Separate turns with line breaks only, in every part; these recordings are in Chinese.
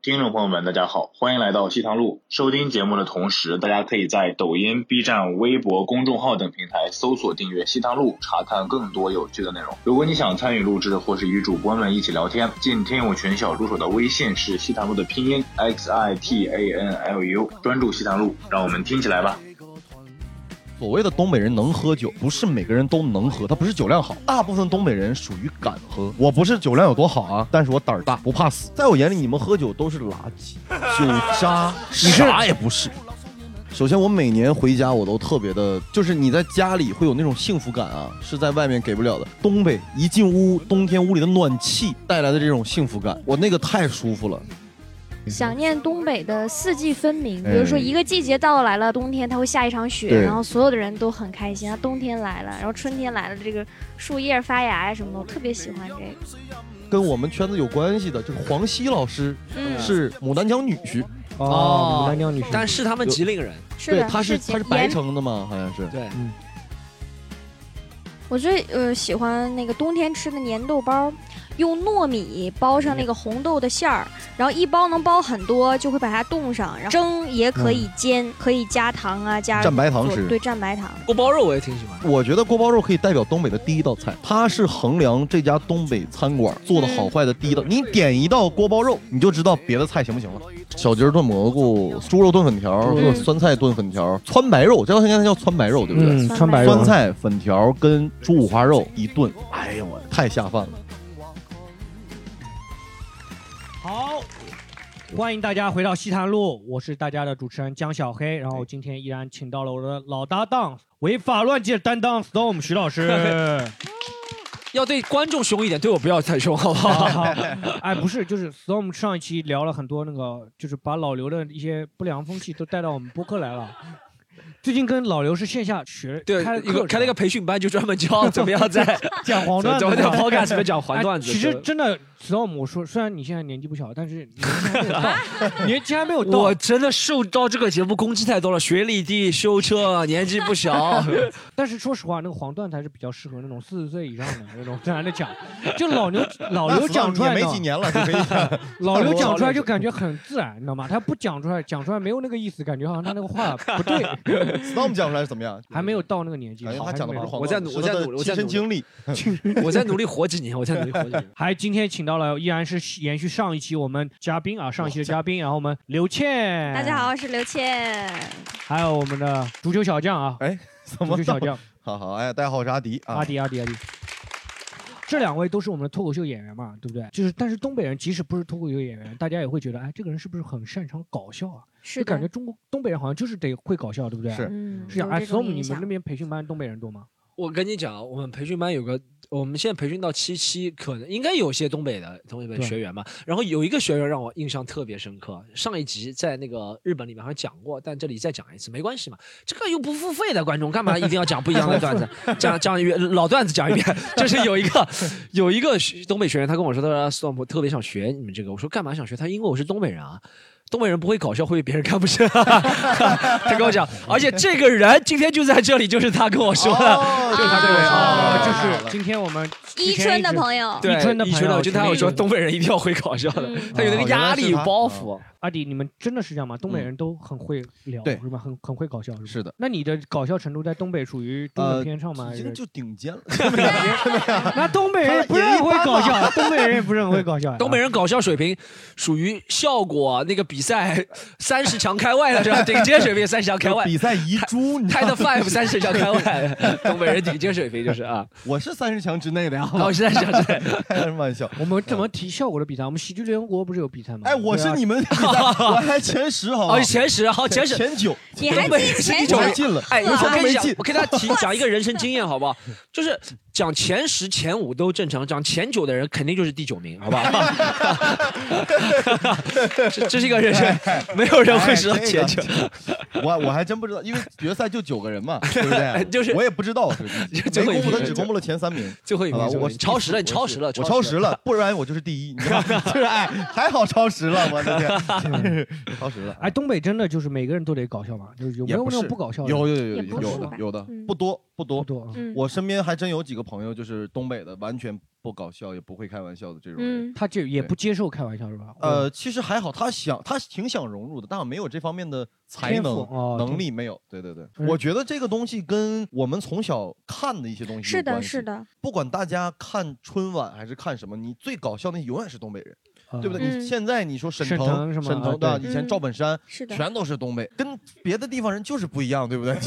听众朋友们，大家好，欢迎来到西塘路。收听节目的同时，大家可以在抖音、B 站、微博、公众号等平台搜索订阅西塘路，查看更多有趣的内容。如果你想参与录制，或是与主播们一起聊天，进听友群小助手的微信是西塘路的拼音 x i t a n l u，专注西塘路，让我们听起来吧。
所谓的东北人能喝酒，不是每个人都能喝，他不是酒量好，大部分东北人属于敢喝。我不是酒量有多好啊，但是我胆儿大，不怕死。在我眼里，你们喝酒都是垃 圾，酒渣，啥也不是。首先，我每年回家，我都特别的，就是你在家里会有那种幸福感啊，是在外面给不了的。东北一进屋，冬天屋里的暖气带来的这种幸福感，我那个太舒服了。嗯
想念东北的四季分明，比
哎
如说一个季节到来了，冬天它会下一场雪，
对
然后所有的人都很开心。啊，冬天来了，然后春天来了，这个树叶发芽呀什么的，我特别喜欢这个。
跟我们圈子有关系的，就是黄西老师
嗯，
是牡丹江女婿，啊
哦
牡丹江女士，
但是他们吉林人，
是
对，
的，
他是
吉
他是白
延
城的嘛，好像是。嗯
对，
我最呃喜欢那个冬天吃的粘豆包，用糯米包
嗯
上那个红豆的馅儿，然后一包能包很多，就会把它冻上，然后蒸也可以煎，可以加糖啊，加
嗯蘸白糖
做
吃
对，蘸白糖。
锅包肉我也挺喜欢。
我觉得锅包肉可以代表东北的第一道菜，它是衡量这家东北餐馆做的好坏的第一
嗯
道。你点一道锅包肉，你就知道别的菜行不行了。小鸡儿炖蘑菇，猪肉炖粉条，呃
嗯
酸菜炖粉条，川白肉，这道菜应该叫川白肉，对不对？
嗯，
酸
川白
酸
肉，
菜粉条跟猪五花肉一炖，哎呦我太下饭了。
好，欢迎大家回到西坛路，我是大家的主持人江小黑，然后今天依然请到了我的老搭档违法乱纪担当 Storm 徐老师。
要对观众凶一点，对 我不要太凶，好不好？
哎，不是，就是 Storm 上一期聊了很多那个，就是把老刘的一些不良风气都带到我们播客来了。 最近跟老刘是线下学
对
开，
一个开了一个
个
培训班，就专门 教怎么样在
讲黄
怎么
段
怎么
子
讲
的。
podcast，怎么讲黄段
哎
子。
其实真的，Storm，我说虽然你现在年纪不小，但是年纪还没有到，年纪还没有到。
我真的受到这个节目攻击太多了，学历低，修车，年纪不小。
但是说实话，那个黄段子还是比较适合那种四十岁以上的那种男的讲，就老牛老
那
刘讲出来
也没
呢
几年了，就可以看
老刘 讲出来就感觉很自然，你知道吗？他不讲出来，讲出来没有那个意思，感觉好像他那个话不对，
Storm 讲出来怎么样？
还没有到那个年纪。
感觉
好
他
还
讲的
没
不是
到
黄
我
瓜，
在努
是
我
他
在
的
努我
亲
在
身
努
经历。
我在努力活几 年，我在努力活几年。
还今天请到了，依然是延续上一期我们嘉宾啊，上一期的嘉宾，然后我们刘倩，
大家，好，我是刘倩。
还有我们的足球小将啊，
怎
足
哎么
球小
到？
将
好好，哎，大家好，我是阿迪啊。
阿迪阿迪阿迪，这两位都是我们的脱口秀演员嘛，对不对？就是，但是东北人即使不是脱口秀演员，大家也会觉得，哎，这个人是不是很擅长搞笑啊？
是
就
的，
感觉中国东北人好像就是得会搞笑，对不对？
是
嗯，
是
有
啊，哎，
这
所
种
以你
影
们
响
那。边培训班东北人多吗？
我跟你讲，我们培训班有个，我们现在培训到七期，可能应该有些东北的东北的
对
学员嘛。然后有一个学员让我印象特别深刻，上一集在那个日本里面好像讲过，但这里再讲一次没关系嘛，这个又不付费的观众干嘛一定要讲不一样的段 子？讲讲一遍老段子讲一遍， 就是有一个有一个学东北学员，他跟我说，他说 Storm 我特别想学你们这个，我说干嘛想学？他说因为我是东北人啊。东北人不会搞笑，会被别人看不起。 他跟我讲，而且这个人今天就在这里，就是他跟我说的。
哦
就是他这位啊
哦
啊
就是今天我们
伊春的朋友，
对，
伊春的朋友
我觉得他有说
嗯
东北人一定要会搞笑的，
嗯
他有那
哦
个
原来
压
是
力与
他嗯
包袱。
啊阿迪，你们真的是这样吗？东北人都很会聊，
对
是吧？很很会搞笑，是吧？
是的。
那你的搞笑程度在东北属于中等偏上吗？还
呃已经
是
就顶 尖了。
那东北人也不是很会搞笑，啊东 北人也不是很会搞笑啊呀。
东北人搞笑水平属于效果那个比赛三十强开外了，是吧？顶尖水平三十强开外
比赛遗珠，你知道
，Tide Five 三十强开 外，东北人顶尖水平就是啊。
我是三十强之内的呀，
好，我现在想这，
开什么玩笑？
我们怎么提效果的比赛？我们喜剧联合国不是有比赛吗？啊
哎，我是你们的比赛，
啊
我还前十好吗
哦，？前十，好前十。
前 九，
你还
东北
记
人是
前
一
我
种
还进了，
哎，
我
我
都
跟
没
你讲
进，
我。跟大家提讲一个人生经验，好不好？就是讲前十、前五都正常，讲前九的人肯定就是第九名，好不好？这这是一个人
哎
生，没有人会知道前九。
我我还真不知道，因为决赛就九个人嘛，对不 对？
就是
我也不知道，是不是
最后一
没公布，
名
他只公布了前三名。
最后一
好
名
吧，，
最后
我
一名超时了，你超时了，
我超时。了，不然我就是第一。你知道吗， 就是哎，还好超时了，我的天，超时了。
哎，东北真的就是每个人都得搞笑嘛？就是有没
也
有
不
那
是
种不搞笑的？
有有有
也
有
不
有
是
的
吧
有的
嗯
不多不
不
多。
多。啊
嗯，
我身边还真有几个朋友就是东北的，完全不搞笑也不会开玩笑的这种人。
嗯，
他就也不接受开玩笑是吧？
呃，其实还好，他想他挺想融入的，但没有这方面的才
天赋
能、
哦
能力没有。对对对，
嗯
我觉得这个东西跟我们从小看的一些东西
是
有
的，
关系
是，的，
不管大家看春晚还是看什么，你最搞笑的永远是东北人，
我，
对不对？
嗯
嗯
你现在你说沈
沈腾
腾、
什么
沈
啊
腾对吧，
对
以前
嗯
赵本山。
是的。
全都是东北，跟别的地方人就是不一样，对不对？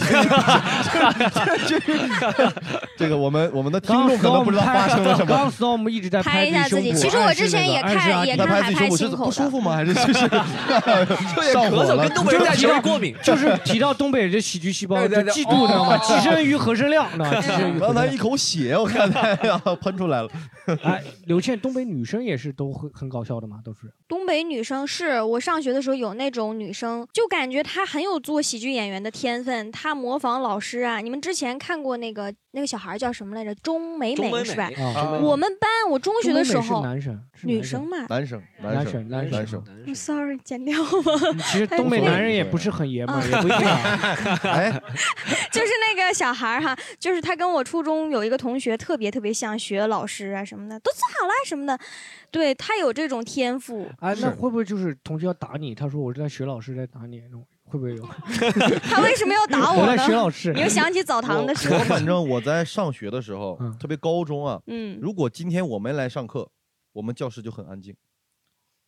这个我们我们的听
刚
众可能不知道
刚我们
发生了什么，
拍刚刚刚我们一直在
拍一
自己
下自己
胸部
其实我之前也
暗示
看
那个暗示啊
也
那
看
拍自己
还
胸
拍
部是
心口
不舒
的
服吗？还是就是 上火
咳嗽
了
跟？东北人在一起会过敏。
就是提到东北人的喜剧细胞，
对
就
对对
嫉妒，知道吗？
哦
寄生于何生亮，知道吗？寄生于
刚
何生
才
亮。
一口血，我看哎呀喷出来了。
哎，刘倩，东北女生也是都会很搞笑的嘛，都是。
东北女生是我上学的时候有那种女生，就感觉她很有做喜剧演员的天分，她模仿老师啊。你们之前看过那个那个小孩叫什么来着？钟美
中
美
文
是吧？
啊，
啊
我们班我中学的时
中
候
国，美是男生，是
女
男
生。嘛。
男生，
男
生，
生，男
男
生嗯
I'm
生，
sorry，剪掉吧。
其实东北男人也不是很爷们儿，也不一定啊。
嗯 哎，
就是那个小孩儿哈，就是他跟我初中有一个同学特别特别像，学老师啊什么的，都做好啦什么的，对他有这种天赋，
哎，
是
那会不会就是同学要打你？他说我是在学老师在打你，那种会不会有？
他为什么要打 我
在
呢？
学老师
你，又想起澡堂的事
我我反正我在上学的时候
嗯，
特别高中啊，
嗯，
如果今天我没来上课，我们教室就很安静。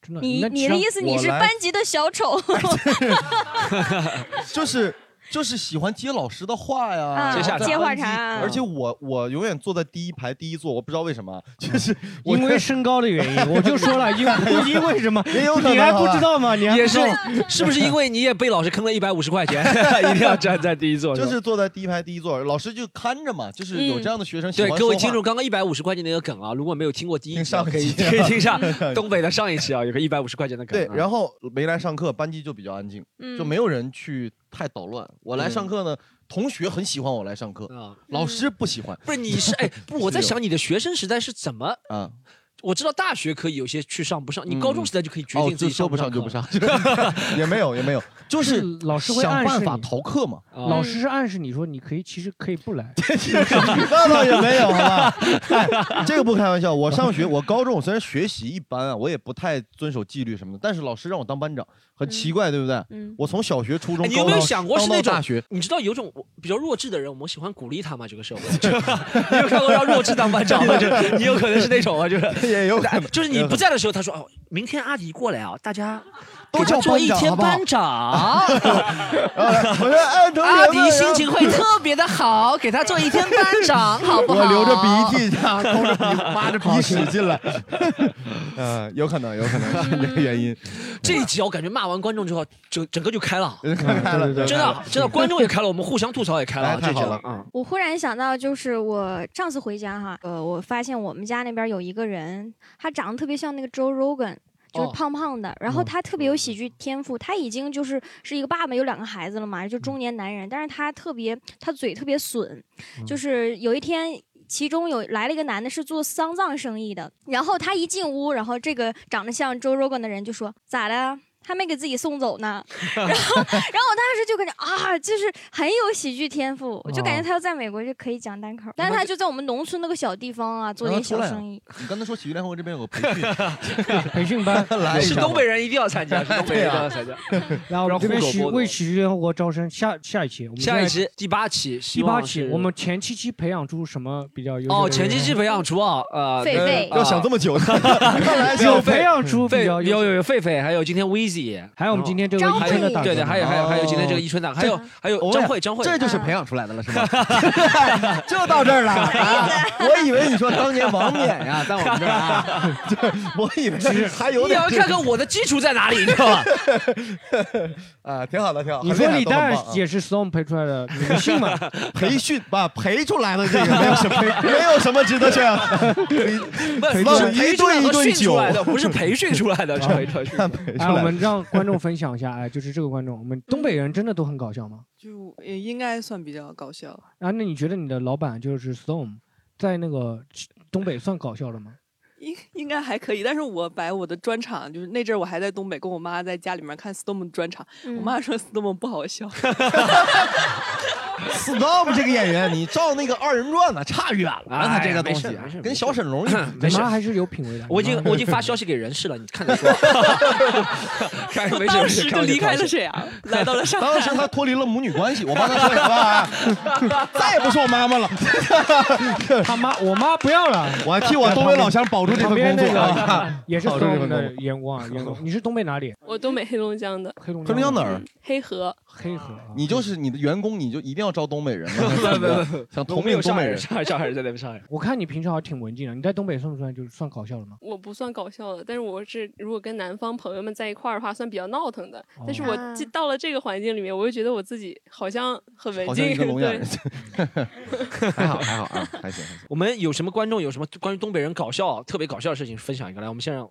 真的。
你
那
你
其
的
他
意思
我
你是
来
班级的小丑？
就是就是喜欢接老师的话呀，
啊
接下
然后在
茬
接话
班级
茬啊
而且我我永远坐在第一排第一座，我不知道为什么，就是我
嗯因为身高的原因，我 就说了，因为因为什么？
也有可能啊
你还不知。道吗？你还不
也
知
是
道，
是不是因为你也被老师坑了一百五十块钱， 一定要站在第一座？
好吧
是吧
就是坐在第一排第一座，老师就看着嘛，就是
嗯
有这样的学生喜欢
对各位听
说
众，刚刚一百五十块钱那个梗啊，如果没有听过第一
听
期啊，
上
可以
一期
可以听一 下
话
东北的上一期啊，有个一百五十块钱的梗
对
啊。，
然后没来上课，班级就比较安静，
嗯
就没有人去太捣乱。我来上课呢，同学很喜欢我来上课，
嗯啊，
老师不喜欢
不是你是 哎，不是我在
是有
想你的学生时代是怎么？
啊。
我知道大学可以有些去上不上，你
嗯
高中时代就可以决
哦
定，自
就
己
说
上
不上
上
就不
课
上， 也没有也没有，就是
是老师会
想
暗示
办法
你
逃课嘛。
了。
老
啊
师是暗示你说你可以，其实可以 不来。
那倒也没有，好吧、 哎这个不开玩笑。我上学，我高中，我虽然学习一般啊，我也不太遵守纪律什么的，但是老师让我当班长，很奇怪，对不对？
嗯，
我从小学、初中、
哎你有没有
高中
想过是
当到
那种
大学？
你知道有种比较弱智的人，我们喜欢鼓励他吗？这个社会，你有看过让弱智当班长吗？就是你有可能是那种啊，就 是
也有可
哎
能，
就是你不在的时候，他说哦，明天阿迪过来啊，大家
都
给他
叫
做
班
一
长
天
好不好
班长，
我说哎，同学
阿迪
们
心情会特别的好，给他做一天班长，好不好？
我流着鼻涕，他抠着鼻，扒着鼻屎进来。 嗯，有可能，有可能是这个原因。
这一集我感觉骂完观众之后，整整个就开 了，
有可能看了，
真的真的，观众也开了，我们互相吐槽也开了，
哎太
这
好
集
了
啊，
我忽然想到，就是我上次回家哈，呃，我发现我们家那边有一个人，他长得特别像那个 Joe Rogan。就是
哦
胖胖的，然后
嗯
他特别有喜剧天赋，他已经就是是一个爸爸，有两个孩子了嘛，就中年男人，但是他特别，他嘴特别损，就是有一天。其中有来了一个男的，是做丧葬生意的。然后他一进屋，然后这个长得像 Joe Rogan 的人就说：“咋的？还没给自己送走呢？”然后，然 后我当时就感觉啊，就是很有喜剧天赋，我就感觉他要在美国就可以讲单口。但是他就在我们农村那个小地方啊，做
让
点
他出
小
来啊
生意。
你刚才说喜剧联欢会这边有个培训，
培训班
来一
是
下
东
吧
北人一定要参加，是东北人一定要 参加。
然后我们这边
然后户口
喜
拨的
为喜剧联合国招生，下下一期我们
下一
现在
期第八期，
第
希
八
望
期，
是
我们前七期培养出什么比较优秀的人？
哦前期期培养出啊，呃，
狒狒
要想这么 久，看来就
有培养出比
狒
较优秀
有有有狒狒，还有今天 Wheezy，
还有我们今天这个
张
一春的
慧
打
对对，
算
还有还有还有今天这个
哦
伊春党，还有
这
还有
哦
张慧张慧，
这就是培养出来的了，是 吗？ 就到这儿 了、啊我以为你说当年王冕呀、在我们这儿、啊， 就我以为还有
你
点
要看看我的基础在哪里，你知道吧？
啊，挺好的，挺好。
你说李诞
也
也是 Stone 培出来的，你们信吗？
培训吧，培出来的这个没有什么，没有什么值得这样。 培训一顿
不是是培训和
一顿
训出来
酒
的，不是培训出来 的，培训出来的。
培出
哎，我
来，
们让观众分享一下，哎，就是这个观众，我们东北人真的都很搞笑吗？
就也应该算比较搞笑。
啊，那你觉得你的老板就是 Stone，在那个东北算搞笑的吗？
应应该还可以，但是我把我的专场，就是那阵儿我还在东北，跟我妈在家里面看 Storm 的专场，我
嗯
妈说 Storm 不好笑，
Storm 这个演员，你照那个二人转呢，差远了，他这个东
哎
西
呀没事没事
跟小沈龙一比
没事
你妈还是有品 位的。
我已经我已经发消息给人事了，你看着说。开没事没
当
事
时
开
就
玩笑
离
开
开
玩笑
了沈阳，来到了上
当时
海。
他脱离了母女关系，我帮他说一声，再也不是我妈妈了，
他妈，我妈不要了。
我替我东北老乡保住这份
旁边
工
那
作
个
啊。
也是
保住这份
东
工
的
作。
眼光啊，眼光。你是东北哪里？
我东北黑龙江的，嗯
黑龙
黑龙江
江
哪儿？
黑河，
黑河啊。
你就是你的员工，你就一定要招东北人吗？想
我
同
们有
命东
上海
北
人，
人。
上海上海人在那边上海人。
我看你平时好像挺文静的，你在东北算不算就是算搞笑的吗？
我不算搞笑的，但是我是如果跟南方朋友们在一块儿的话，算比较闹腾的。但是
啊
我进到了这个环境里面，我又觉得我自己好像很文
好像
静
一，个聋哑
对
人，， 还好还好 啊，还行还行。
我们有什么观众有什么关于东北人搞笑特别搞笑的事情分享一个来？我们先让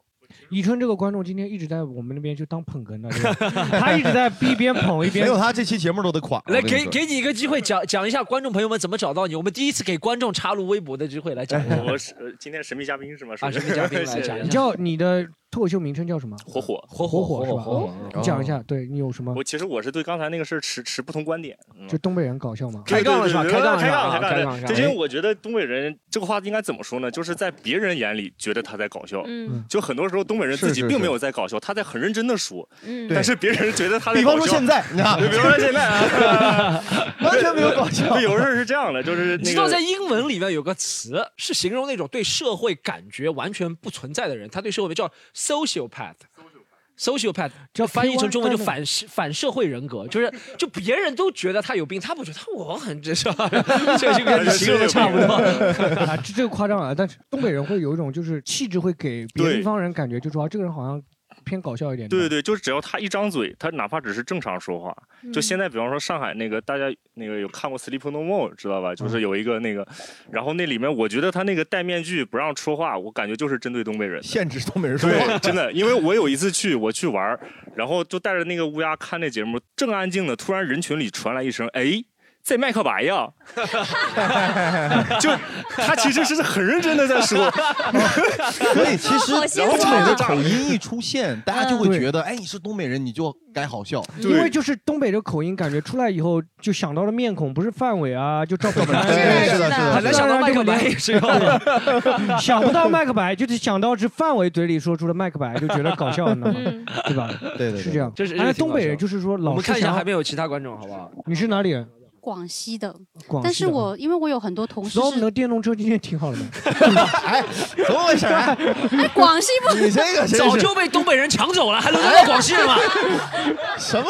宜春这个观众今天一直在我们那边就当捧哏的，对吧 他一直在一边捧一
没
边
有他这期节目都得垮。
来
我跟你
给
说
给你一个机会讲讲一下观众朋友们怎么找到你。我们第一次给观众插入微博的机会来讲一下。
我是呃今天神秘嘉宾是吗？
啊
是
神秘嘉宾来
是
讲一
你
下
叫你的脱口秀名称叫什么？
火火。
火
火
火
火是吧？
火！
哦你讲一下，对你有什么
我其实我是对刚才那个事儿持持不同观点，嗯
就东北人搞笑吗？
开杠了是吧
对
开
对对
杠了
对
是
开
吧
杠了
啊开
开
杠
杠
了是吧
了。对，因为我觉得东北人这个话应该怎么说呢？就是在别人眼里觉得他在搞笑，
嗯
嗯
就很多时候东北人
是
自己
是
并
是
没有在搞笑，他在很认真的说，
嗯，
对
但是别人觉得他在
比方
搞
说
笑
现。在，你看
对，比方说现在啊，
完全没有搞笑
对，。有时候是这样的，就是
你
那
知道
个
在英文里面有个词是形容那种对社会感觉完全不存在的人，他对社会叫 sociopath。sociopath
叫
翻译成中文就
P1
反社反社会人格，就是就别人都觉得他有病，他不觉得我很正常， 这就跟你形容的差不多。
啊， 这这个夸张了，但是东北人会有一种就是气质会给别的
对
地方人感觉，就说啊这个人好像偏搞笑一点。
对对
对，
对，就是只要他一张嘴，他哪怕只是正常说话，就
嗯
现在，比方说上海那个，大家那个有看过《Sleep No More》知道吧？
嗯
就是有一个那个，然后那里面我觉得他那个戴面具不让说话，我感觉就是针对东北人的。
限制东北人说话。
对，真的，因为我有一次去，我去玩儿，然后就带着那个乌鸦看那节目，正安静的，突然人群里传来一声“哎，在麦克白 呀”， 就他其实是很认真的在说，
所以其实
好心
然后
东北
场
的
酸啊！
就炸
口
了。
音一出现，大家就会觉得，哎，你是东北人，你就该好笑。
对
因为就是东北的口音，感觉出来以后就想到了面孔，不是范伟啊，就赵本山
对
呀，
是的
本来想到麦克白也是 要的，
想不到麦克白，就是想到是范伟嘴里说出了麦克白，就觉得搞笑，你知道吗？
嗯，
对吧？
对对
是这。样。
这是
而且东北人就是说
我
老
们
是
看一下
想
还
要，
没有其他观众好不好？
你是哪 里人？
广西的，
广西的。
但是我因为我有很多同事
然后我们
是
的电动车今天 挺好的嘛，
哎，怎么回 事？
啊
哎
广西不
你这个真
早
是
就被东北人抢走 了，还轮得到广西人吗？
什么？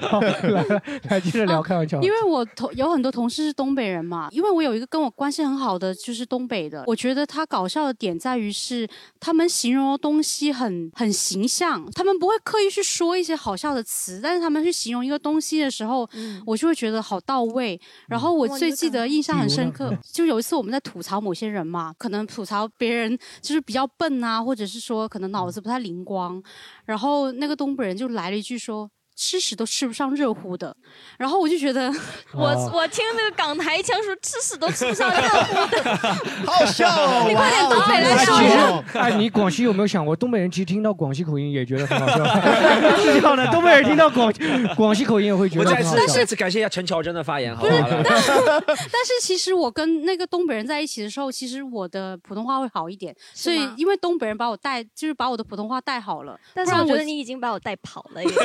好来来来，接着聊，开玩笑。 啊
因为我同有很多同事是东北人嘛，因为我有一个跟我关系很好的就是东北的，我觉得他搞笑的点在于是他们形容的东西很很形象，他们不会刻意去说一些好笑的词，但是他们去形容一个东西的时候，我就会觉得好到位。然后我
嗯哇
最
有
记
感
得印象很
比如
深
呢嗯
刻，就有一次我们在吐槽某些人嘛，可能吐槽别人就是比较笨啊，或者是说可能脑子不太灵光，然后那个东北人就来了一句说。吃屎都吃不上热乎的，然后我就觉得
我
哦
啊
我听那个港台腔说吃屎都吃不 上热乎的，
好笑 哦！
你快点东北来
来
笑
笑。
哎，你广西有没有想过，东北人其实听到广西口音也觉得很好笑，是这样的。东北人听到广广西口音也会
我
觉
们
得
再
很好
次
笑
再。次感谢一下陈乔真的发言，好不好？来
但是其实我跟那个东北人在一起的时候，其实我的普通话会好一点，所以
吗
因为东北人把我带，就是把我的普通话带好了。
但是我觉得你已经把我带跑了，已经。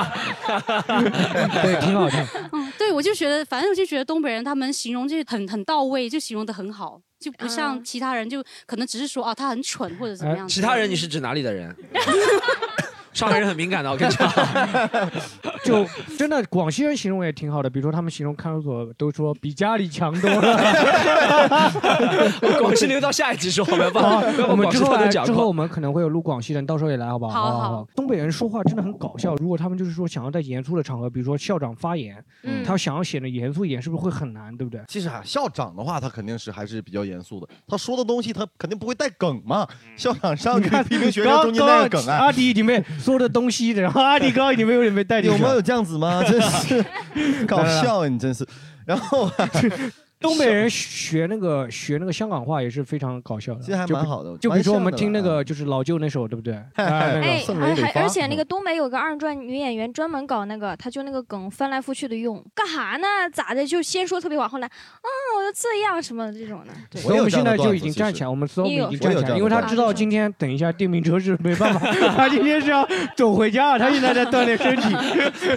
对，挺好的。
嗯，对，我就觉得，反正我就觉得东北人他们形容就是很很到位，就形容的很好，就不像
嗯
其他人就可能只是说啊他很蠢或者怎么
哎
样。
其他人你是指哪里 的人？上海人很敏感的，我跟你讲。
就真的广西人形容也挺好的，比如说他们形容看守所都说比家里强 多了。
广西留到下一集说，好吧？
哦
啊
不要
我
把
们
广
之
西
后
话
来
都讲
之后我
过。
们可能会有录广西人，到时候也来好不好？
好
好
好
好。东北人说话真的很搞笑，如果他们就是说想要在严肃的场合，比如说校长发言，
嗯
他想要显得严肃一点，是不是会很难，对不对？
其实啊，校长的话，他肯定是还是比较严肃的。他说的东西，他肯定不会带梗嘛。校长上去批评学生，中间带个梗啊，
阿迪已经被所有的东西，然后阿迪刚刚已经被有点被带进
有
去
没
了。
啊有这样子吗？真是搞笑，你真是。然后啊
东北人学那个学那个香港话也是非常搞笑的，
其实还
就
蛮
比
好的
就比如说我
蛮像
们
的
听那个就是老舅那首，对不 对？哎那个
哎，还还而且那
嗯
个东北有个二人转女演员专门搞那个，她就那个梗翻来覆去的用，干哈呢？咋的？就先说特别晚，后来啊，我就这样什么这种的。对
所以我们现在就已经站起来，我们 s t o
也有
已经站起
我有这样
来，
的
因为他知道今天等一下电瓶车是没 办法，他今天是要走回家，他现在在锻炼身体，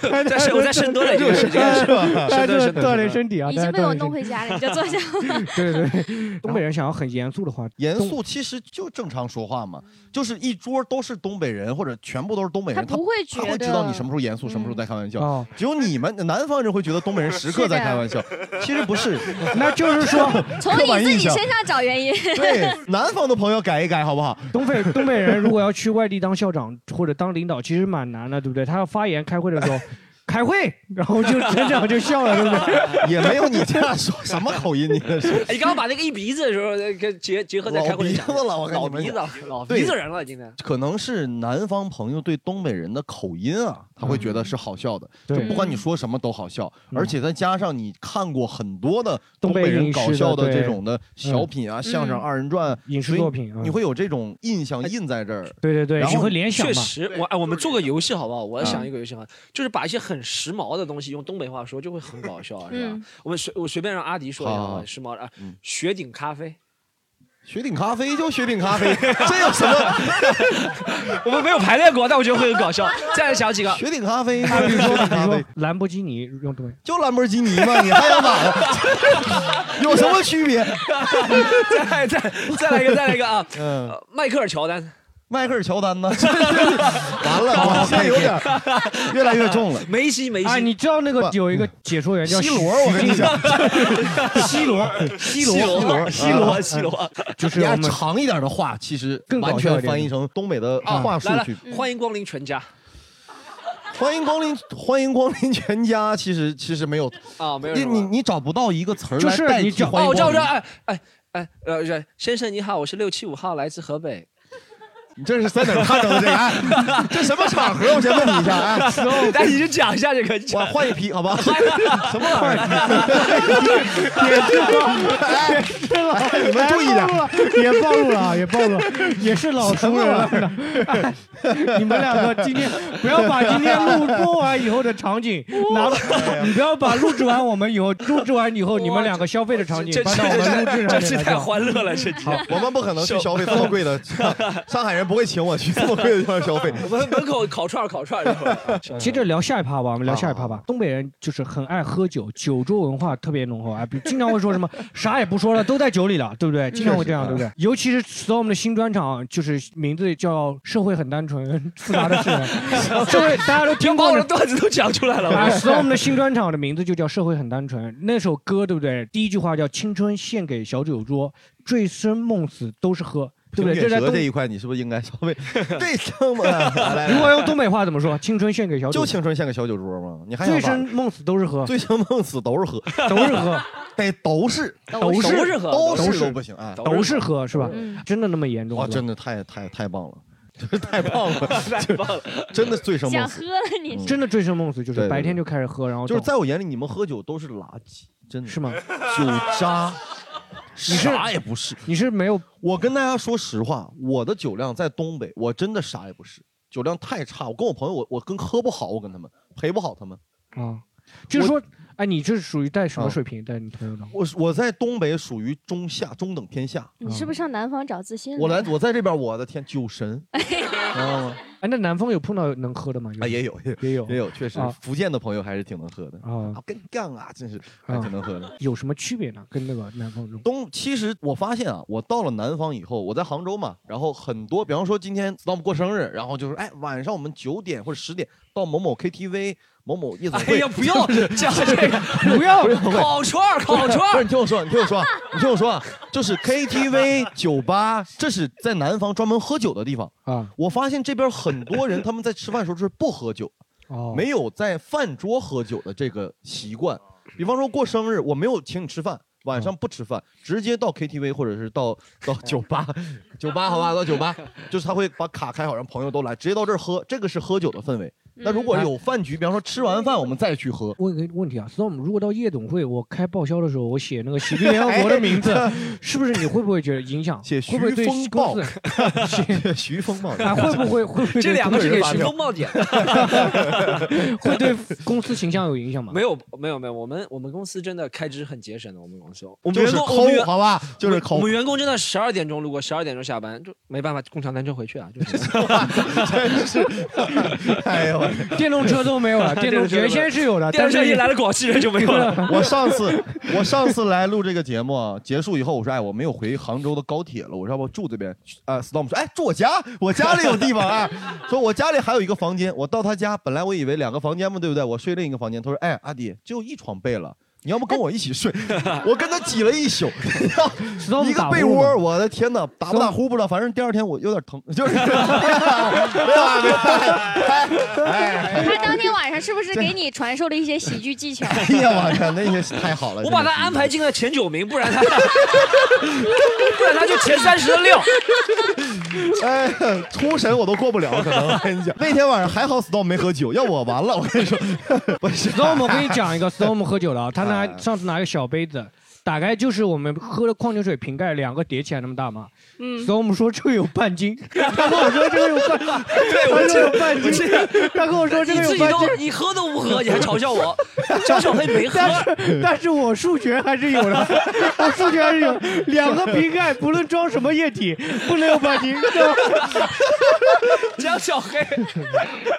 在我在深蹲了已经是这个是吧
他在
深蹲
锻炼身体啊，
已
他
经
在
被我
锻炼身
弄回家了，你就坐下。
体 对对对，东北人想要很严肃的话，
严肃其实就正常说话嘛，就是一桌都是东北人或者全部都是东北人，
他
他
不会
他
觉
会
得嗯
知道你什么时候严肃，什么时候在开玩笑
哦。
只有你们南方人会觉得东北人时刻在开玩笑，其实不是，
那就是 说
从
刻板
你自
印
己
象。
身上找原因。
对，南方的朋友改一改好不好？
东北东北人如果要去外地当校长或者当领导，其实蛮难的，对不对？他要发言开会的 时候，开会，然后就整场就笑了，对不对？
也没有你这样说，什么口音你这是？
哎你刚刚把那个一鼻子的时候跟结结合在开会里讲的
老鼻子了我跟
老
你们
鼻子了，老
对
鼻子人了，今天。
可能是南方朋友对东北人的口音啊，他会觉得是好笑的，
嗯对嗯
就不管你说什么都好笑，而且再加上你看过很多的
东
北
北
人
影视
搞笑的
的对
这种的小品啊、相声、二人转、
嗯影视
所以
作品嗯
你会有这种印象印在这儿。
对对对，
然后
你会联想
确
嘛？
实，我哎，我们做个游戏好不好？我
嗯
想一个游戏哈，就是把一些很时髦的东西用东北话说，就会很搞笑，啊是吧
嗯？
我们随我随便让阿迪说一下
好
好不
好嗯
好
好
时髦的啊，雪顶咖啡，
雪顶咖啡就雪顶咖 啡，这有什么？
我们没有排练过，但我觉得会很 搞笑。再来想几个，
雪顶咖啡，
比
雪
如
顶
说，比如
咖
说
啡，
兰博基尼用东北，
就兰博基尼嘛，你还想咋 的？有什么区别？
再来再再来一个，再来一个啊！
嗯。
呃迈克尔乔丹，
迈克尔乔 丹呢？完
哦
了，我现在有点 越来越重了。
梅西，梅
哎，
西，
你知道那个
不
有一个解说员叫
西罗，我跟你讲，
西罗，西
西
罗，哎
罗，西罗，西罗。
就是
你
我
按
们
长一点的话，其实
更搞
完
笑一
全
点
翻译成东北的呃话术
啊哦来嗯来
去。，
欢迎光临全家
欢迎光临，欢迎光临全家。其实其实没有，
啊！没有
你
什么
你你找不到一个词儿
就
来
是
代
你
替
找
欢
哦，
迎
我知道，
光
我知
临
道，。哎哎哎，呃，是先生你好，我是六七五号，来自河北。
你这是在哪儿看到的这个？哎，这什么场合？我先问你一下。哎，
但你就讲一下这个，你
我
讲
换一批，好吧？什么玩意儿？也是了，
哎
哎你们注意点。
也暴露了啊，也暴露了，也是老熟人了。哎你们两个今天不要把今天录播完以后的场景拿到，你不要把录制完我们以后录制完以后你们两个消费的场景
这这
搬到我们录
这
制
这
上
这
面
太
来。
欢乐了，这集。
我们不可能去 消费这么贵 的，上海人不会请我去这么贵的地方消费。
我们门口烤串儿烤串儿一会儿。
嗯
接着聊下一趴吧，我们聊下一趴吧。东北人就是很爱喝酒，酒桌文化特别浓厚 啊，比经常会说什么啥也不说了，都在酒里了，对不对？经常会这样，对不对？尤其是 storm 的新专场，就是名字叫《社会很单纯》，复杂的 是人，社会大家都听
要把
过
我
的
的段子都讲出来了，
啊
我
，Storm 的新专场的名字就叫《社会很单纯》，那首歌对不对？第一句话叫“青春献给小酒桌，醉生梦死都是喝”，对不对？这
这
在东
这，一块，你是不是应该稍 微对称嘛？来来
如果
来，
用东北话怎么说？青春献给小酒
就
桌，
青春像个小酒桌嘛，你还
醉
想
生
把
梦死都是喝，
醉生梦死都是喝，
都是喝，
得都是
都是
都是喝
都
都
是
是
都不行啊！
都是喝，是吧？
嗯
真的那么严重？
哇，
是吧
真的太太太棒了， 就是太棒了，太棒了， 真的醉 生
想
梦死
喝。了
嗯
你
真的醉生梦死，就
对
是
对
白天就开始喝，然后
就是
走
在我眼里，你们喝酒都是垃圾，真的
是吗？
酒渣，
你是
啥也不是。
你是没有
我跟大家说实话，我的酒量在东北，我真的啥也不是，酒量太差。我跟我朋友，我我跟喝不好，我跟他们陪不好他们。
啊？就是说，哎，你这是属于在什么
啊
水平？在你朋友当中？
我我在东北属于中下中等偏下，
你
啊
是不是上南方找自信了？
我来我在这边，我的天，酒神，知道吗？
哎，那南方有碰到能喝的吗？
啊，也有也有
也有
也有，确实
啊，
福建的朋友还是挺能喝的。
啊
啊，。跟杠啊，真是还挺能喝的。
有什么区别呢？跟那个南方中
东，其实我发现啊，我到了南方以后，我在杭州嘛，然后很多，比方说今天 storm 过生日，然后就是哎，晚上我们九点或者十点到某某 KTV、某某夜总
哎
会
呀，，不要讲这个，
不要
烤串儿 烤串
不
儿
是，你听我说，你听我说，你听我说，啊就是 KTV、酒吧，这是在南方专门喝酒的地方。
啊
我发现这边很多人他们在吃饭的时候是不喝酒，
哦，
没有在饭桌喝酒的这个习惯。比方说过生日，我没有请你吃饭，晚上不吃饭，直接到 KTV 或者是 到到酒吧，酒吧好吧，到酒吧，就是他会把卡开好，让朋友都来，直接到这儿喝，这个是喝酒的氛围。那如
嗯
果有饭局，比方说吃完饭我们再去喝，
问一个问题啊，Storm，如果到夜总会，我开报销的时候，我写那个喜剧 联合国的名字
哎，
是不是你会不会觉得影响？
写
会不会对
徐风
公
暴
司
写 徐风暴，
哎
啊，会不会会不会
这
对
两个是
工
给
作
徐
人员
风冒险。
会对公司形象有影响吗？
没有没有没有，我们我们公司真的开支很节省的，我们公司我们
就
员
是
工我们员
抠，好吧，就是抠
我们。员工真的十二点钟，如果十二点钟下班，就没办法共享单车回去啊，就是
真是， 哎呦，
电动车都没有 了，
电
电
动
动
车
原先是有的，
电
但
动车
是
一来了广西人就没有 了。
我上次我上次来录这个节目啊，结束以后，我说哎，我没有回杭州的高铁了，我说要不住这边？啊、s t o r m 说哎，住我家，我家里有地方 啊，说我家里还有一个房间，我到他家，本来我以为两个房间嘛，对不对？我睡另一个房间，他说哎，阿迪只有一床被了。你要不跟我一起 睡？我跟他挤了一宿，
Storm
一个
打呼
被
吗
窝，我的天哪，打不打呼不知道，反正第二天我有点疼， 就是没有啊没有啊哎哎哎
他当天晚上是不是给你传授了一些喜剧技巧？
哎呀，我靠，那些太好了！
我把他安排进了前九名，不然他不然他就前三十的料。
哎，出神我都过不了，可能我跟 你讲。那天晚上还好 Storm 没喝酒，要我完了，我跟你说， 不是
Storm，我跟 你讲一个 Storm 喝酒了啊，他
哎
拿上次拿一个小杯子。打开就是我们喝的矿泉水瓶盖，两个叠起来那么大嘛。
嗯，
Storm 说这个有 半斤，他跟我说这个有半，
对，
他
我
说
记
有
得，
半
我
斤
记得，
他跟我说这
你
个
自
有
己
半
都
斤。
你喝都不喝，你还嘲笑 我，张小黑没喝。
但是但是我数学还是有 的，我数学还是有。两个瓶盖不论装什么液体，不能有半斤。对吧
江小黑，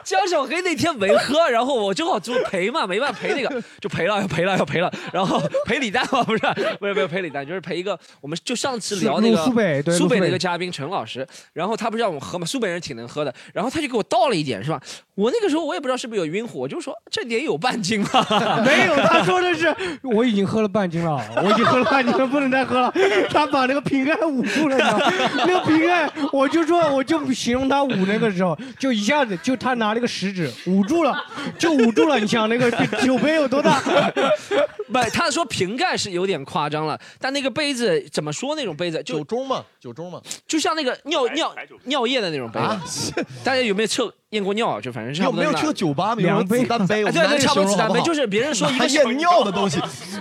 江小黑那天没喝，然后我正好就陪嘛，没办法陪那个，就陪了，要陪了，要陪了，然后陪李诞嘛，不是，没有没有陪李诞，就是陪一个，我们就上次聊那个
陆苏北对
苏
陆苏
北
北
那个嘉宾陈老师，然后他不是让我喝嘛，苏北人挺能喝的，然后他就给我倒了一点，是吧？我那个时候我也不知道是不是有晕乎，我就说这点有半斤啊吧，
没有，他说的是我已经喝了半斤了，我已经喝了半斤了，不能 再喝了。他把那个瓶盖捂住了，你知道吗？那个瓶盖，我就说，我就形容他捂那个时候，就一下子就他拿那个食指捂住了，就捂住了。你想那个酒杯有多 大？
不，他说瓶盖是有点夸张了，但那个杯子怎么说那种杯子，
酒
就
盅嘛，酒盅嘛，
就像那个尿尿尿液的那种杯子。
啊，
大家有没有测验过尿啊？就反正是差
有
不多
没有
那
去过酒吧？比如说
两杯
子弹杯，
哎
我
对
们拿
对，
这
差不
形
多
容
子
好
弹
不
杯，
好？
就是别 人说一
拿
个小
验尿的东 西，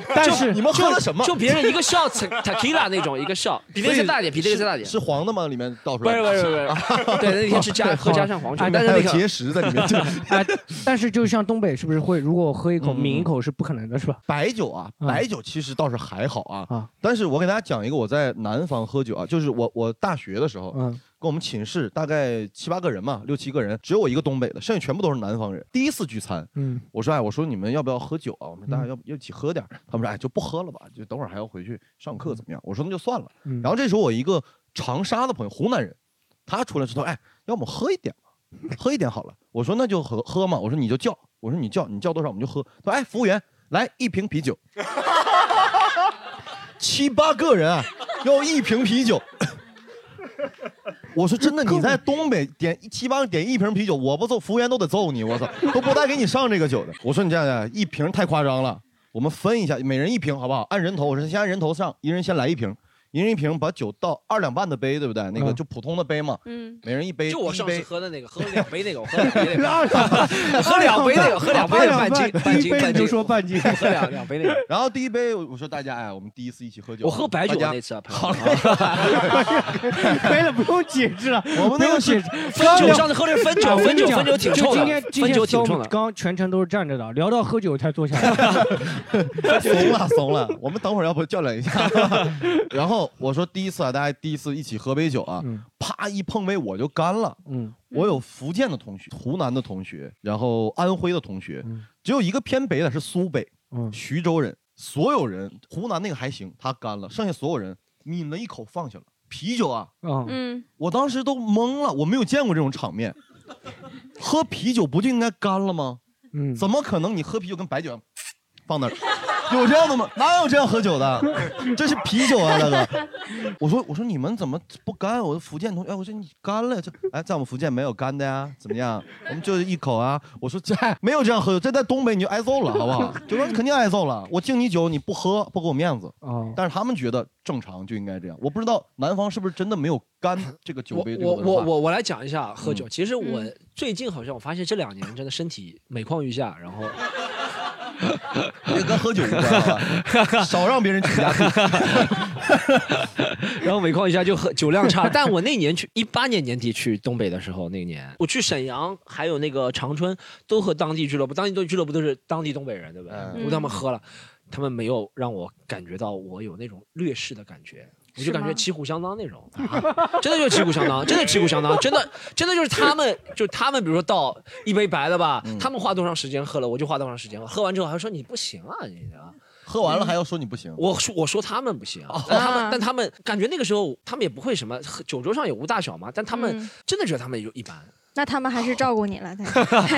但是
你们喝了什么？
就别人 一个 shot tequila 那种一个 shot，比那个再大一点，比那个再大一点。
是黄的吗？里面倒出
不
来
是
的？哎
不是不是， 对，那天是加喝加上黄酒，但是
还
那
有
个
结石在里 面，就
哎，但是就像东北，是不是会如果喝一口
嗯嗯
抿一口是不可能的，是吧？
白酒啊，
嗯
白酒其实倒是还好啊。
啊
但是我给大家讲一个我在南方喝酒啊，就是我我大学的时候，
嗯，
跟我们寝室大概七八个人嘛，六七个人，只有我一个东北的，剩下全部都是南方人。第一次聚餐，
嗯，
我说哎，我说你们要不要喝酒啊？我们大家要不要一起喝点儿？他们说哎，就不喝了吧，就等会儿还要回去上课怎么样？我说那就算了。
嗯
然后这时候我一个长沙的朋友，湖南人，他出来之后哎，要么喝一点嘛，喝一点好了。我说那就喝喝嘛，我说你就叫，我说你叫你叫多少我们就喝。他说哎，服务员来一瓶啤酒，七八个人啊，要一瓶啤酒。我说真的，你在东北点七八个点一瓶啤酒，我不揍服务员都得揍你，我操，都不带给你上这个酒的。我说你这样的，一瓶太夸张了，我们分一下，每人一瓶好不好？按人头，我说先按人头上，一人先来一瓶，一人一瓶，把酒倒二两半的杯，对不对？那个
嗯
就普通的杯嘛，
嗯，
每人一杯，
就我上
第一
次
杯
喝的那个，喝了两杯那个，我喝两杯那个，
二两半，
喝两杯那 个，喝两杯那个半斤半
第一
斤
杯
半
你就
斤，
说半斤。
喝两两杯那个。
然后第一杯，我说大家哎，我们第一次一起喝酒，
我喝白酒
大家
那次啊，朋友
好
啊
没了，不用解释了。
我们
不
那
用
个
解
是
释，
分酒上次喝的是分酒，
我跟
分
你
酒
讲
分酒挺
就
臭
今天
的，
今
分
天
酒挺
Storm
臭的。
刚全程都是站着的，聊到喝酒才坐下来。
怂了怂了，我们等会儿要不较量一下。 然后我说第一次啊，大家第一次一起喝杯酒啊，
嗯
啪一碰杯我就干了。
嗯，
我有福建的同学、湖南的同学，然后安徽的同学，
嗯
只有一个偏北的是苏北，
嗯
徐州人。所有人，湖南那个还行，他干了，剩下所有人抿了一口放下了。啤酒啊，
啊，
嗯，
我当时都懵了，我没有见过这种场面。喝啤酒不就应该干了吗？
嗯，
怎么可能你喝啤酒跟白酒一样放那儿？有这样的吗？哪有这样喝酒的？ 这是啤酒啊，大哥！我说我说你们怎么不干？我说福建同学，哎，我说你干了，这哎，在我们福建没有干的呀，怎么样？我们就是一口啊。我说这没有这样喝酒，这在东北你就挨揍了，好不好？就说你肯定挨揍了。我敬你酒，你不喝不给我面子
啊。
但是他们觉得正常就应该这样，我不知道南方是不是真的没有干这个酒杯这个
我
文化
我我我来讲一下喝酒。
嗯
其实我最近好像我发现这两年真的身体每况愈下，然后
这 跟喝酒无关啊，少让别人举家去。
然后每况愈下就喝酒量差。 但我那年去一八年年底去东北的时候，那个年我去沈阳还有那个长春，都和当地俱乐部，当地都俱乐部都是当地东北人，对不对？
嗯
我他们喝了，他们没有让我感觉到我有那种劣势的感觉。我
是
就感觉
吗
旗鼓相当那种，啊真的就是旗鼓相当， 真的旗鼓相当，真的真的就是他们，就是他们，比如说倒一杯白的吧，
嗯
他们花多长时间喝了，我就花多长时间了。 喝完之后还说你不行啊，你啊，
喝完了还要说你不行。
我说我说他们不行，啊但他们但他们感觉那个时候他们也不会什么，喝酒桌上也无大小嘛，但他们
嗯
真的觉得他们就一般，
那他们还是照顾你了，他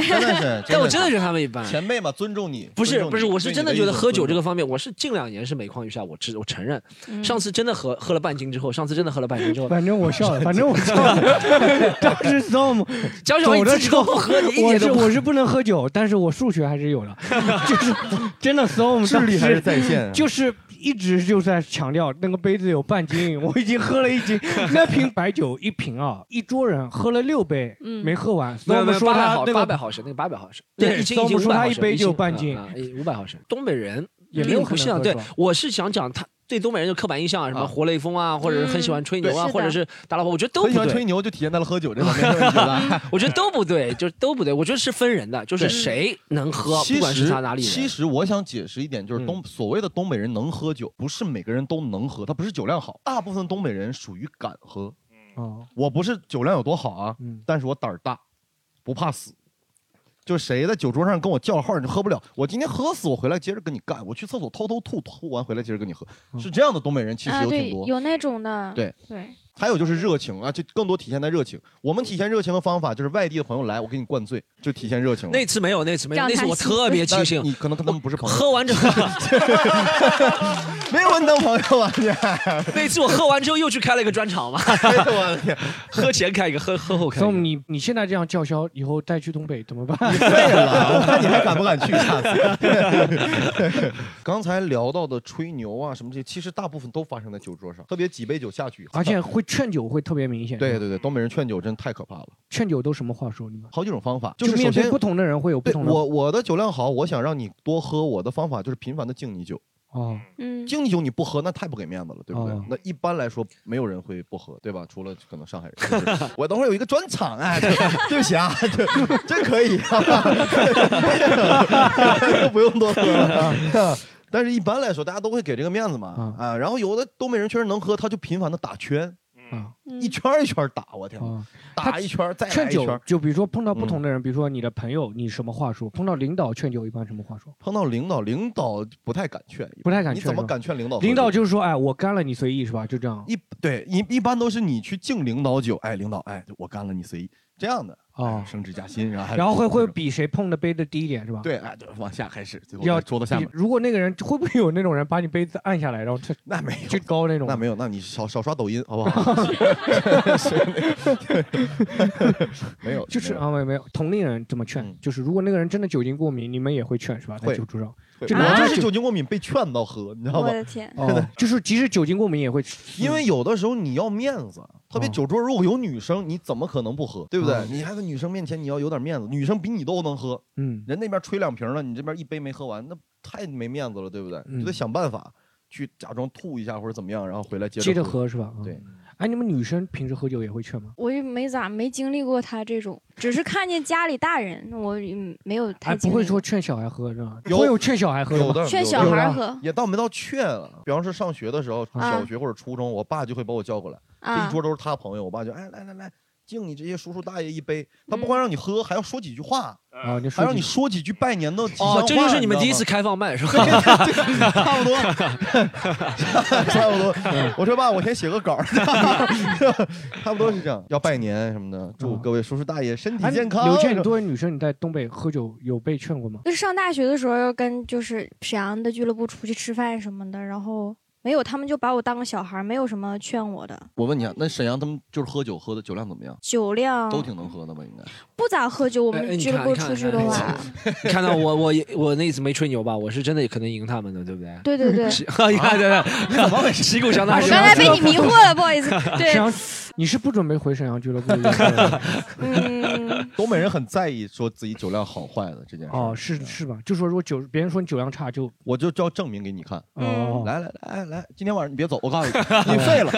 真的是，
但我真的觉得他们一般。
前辈嘛，尊重你。
不
尊
是
重你
不是，我是真的觉得喝酒这
个，
个方面，我是近两年是每况愈下，我知我承认。
嗯
上次真的喝喝了半斤之后，上次真的喝了半斤之 后，
反正我笑了，反正我 笑了。当时 Storm
江小
走
一
的
自
时
己
候
都不喝，你一
我
点
是
都不
我是不能喝酒，但是我数学还是有的，就是真的 Storm
智力还是
当时
在线啊
就是一直就在强调那个杯子有半斤，我已经喝了一斤，那瓶白酒一瓶啊，一桌人喝了六杯
嗯
没喝完
没有没
，Storm
有
说
八百
他
毫
那
八
个
百毫升，那个八百毫升，
对
一斤
所以
一斤
我们
五
说
百
他
毫
一
升，
杯
斤啊
就半斤
五百毫升。东北人
也没有
并
可
不
能
像，
喝
对
多少，
我是想讲他对东北人的刻板印象啊，什么
啊
活雷锋啊，或者是很喜欢吹牛啊，
嗯
或者是打老婆，我觉得都
很
不
喜欢
对
吹， 牛，就体现在了喝酒这方面。我觉得
我觉得都不对，就是都不对，我觉得是分人的，就是
对
谁能喝，
其
不管是
实
他哪里人，嗯
其实我想解释一点，就是东所谓的东北人能喝酒，不是每个人都能喝，他不是酒量好，大部分东北人属于敢喝。
哦
我不是酒量有多好啊
嗯，
但是我胆儿大，不怕死。就是谁在酒桌上跟我叫号，你喝不了。我今天喝死，我回来接着跟你干。我去厕所偷偷吐，吐完回来接着跟你喝。
嗯
是这样的，东北人其实
啊，
有
对
挺，多。
有那种的，
对
对，
还有就是热情啊，就更多体现在热情。我们体现热情的方法就是外地的朋友来，我给你灌醉，就体现热情了。
那次没有，那次没有，
让
那次
他
我
兴
特别
但
庆 幸，
你可能跟他们不是朋友，
喝完之后，
没有把你当朋友啊你。
那次我喝完之后又去开了一个专场 嘛，
哎呦我的天，
喝前开一个，喝喝后开一
Storm
个。
你你现在这样叫嚣，以后再去东北怎么办？
废了！我看你还敢不敢去？下 次。刚才聊到的吹牛啊什么这些，其实大部分都发生在酒桌上，特别几杯酒下去，
而且会劝酒会特别明显，
对对对，东北人劝酒真太可怕了，
劝酒都什么话说？你们
好几种方法，是首
面对
先
不同的人会有不
对
同的
我我的酒量好，我想让你多喝，我的方法就是频繁的敬你酒。
哦，
嗯，
敬你酒你不喝，那太不给面子了，对不对？
哦
那一般来说没有人会不喝，对吧？除了可能上海人。就是 我等会儿有一个专场，哎，对对不起啊，对，这可以、啊， 不用多喝了。啊但是，一般来说，大家都会给这个面子
嗯
嘛，啊，然后有的东北人确实能喝，他就频繁的打圈，
啊
一圈儿一圈儿打，我天，
哦。
打一圈儿再
劝
来一圈
酒
儿，，嗯
就比如说碰到不同的人，比如说你的朋友，你什么话说？碰到领导劝酒一般什么话说？
碰到领导，领导不太敢劝，
不太敢
你
劝。
怎么
是吧？
敢劝领导喝酒？
领导就是说，哎，我干了，你随意是吧？就这样。
一对一一般都是你去敬领导酒，哎，领导，哎，我干了，你随意这样的哎
哦
升职加薪，然后还
然后会会
这种
比谁碰的杯子低一点是吧？，
对，哎，就往下开始，最后
要
在桌子下面，
如果那个人 会不会有那种人把你杯子按下来，然后就
那没有
就。高那种？
那没有，那你少少刷抖音好不 好？是没有，
就是
没有
啊，没有没有，同龄人这么劝
嗯，
就是如果那个人真的酒精过敏，你们也会劝是吧？在
会
酒桌上，
会
就
我
拿着
就是
酒
酒精过敏被劝到喝，你知道
我
吗？
的天，
啊
哦，就是即使酒精过敏也会，嗯
因为有的时候你要面子，特别
哦
酒桌如果有女生，你怎么可能不喝？对不对
嗯？
你还在女生面前你要有点面子，女生比你都能喝，
嗯，
人那边吹两瓶了，你这边一杯没喝完，那太没面子了，对不对？
嗯
就得想办法去假装吐一下或者怎么样，然后回来接
接着
喝。
喝是吧？嗯
对。
哎，你们女生平时喝酒也会劝吗？
我也没咋没经历过他这种，只是看见家里大人，我嗯没有太
哎，
经
不
历
会说
过
劝小孩喝是吧？
有
会有劝小孩 喝
有
吗？
的
劝
有的
小
有
孩
的
儿喝
也倒没到劝了，比方说上学的时候，小学或者初中，我爸就会把我叫过来，这一
啊
桌都是他朋友，我爸就哎来来来，敬你这些叔叔大爷一杯，他
嗯
不光让你喝，还要说几句话。
啊，你
还让你说几句拜年的吉祥话
哦，这就是你们第一次
知道吗
开放麦是吧？
差不多， 差不多。
嗯
我说爸，我先写个 稿儿，差不多是这样。要拜年什么的，
嗯
祝各位叔叔大爷身体
哎
健康。
刘倩，你作为女生，你在东北喝酒有被劝过吗？
就是上大学的时候，跟就是沈阳的俱乐部出去吃饭什么的，然后没有，他们就把我当个小孩儿，没有什么劝我的。
我问你啊，那沈阳他们就是喝酒喝的酒量怎么样？
酒量
都挺能喝的吧？应该。
不咋喝酒，我
哎
们
你
俱乐
看
部
看
出去的
看
话，
你看到我我我那次没吹牛吧？我是真的可能赢他们的，对不对？
对 对 啊对。
是你看 对对，怎么回事？旗鼓相当。
我刚才被你迷惑了， 不好意思。对
沈，阳，你是不准备回沈阳俱乐部的
嗯，
东北人很在意说自己酒量好坏的这件事。
哦，是是吧？就说如果酒，别人说你酒量差就
我就要证明给你看。
嗯
嗯
哦，
来来来来，今天晚上你别走，我告诉 你，你废了。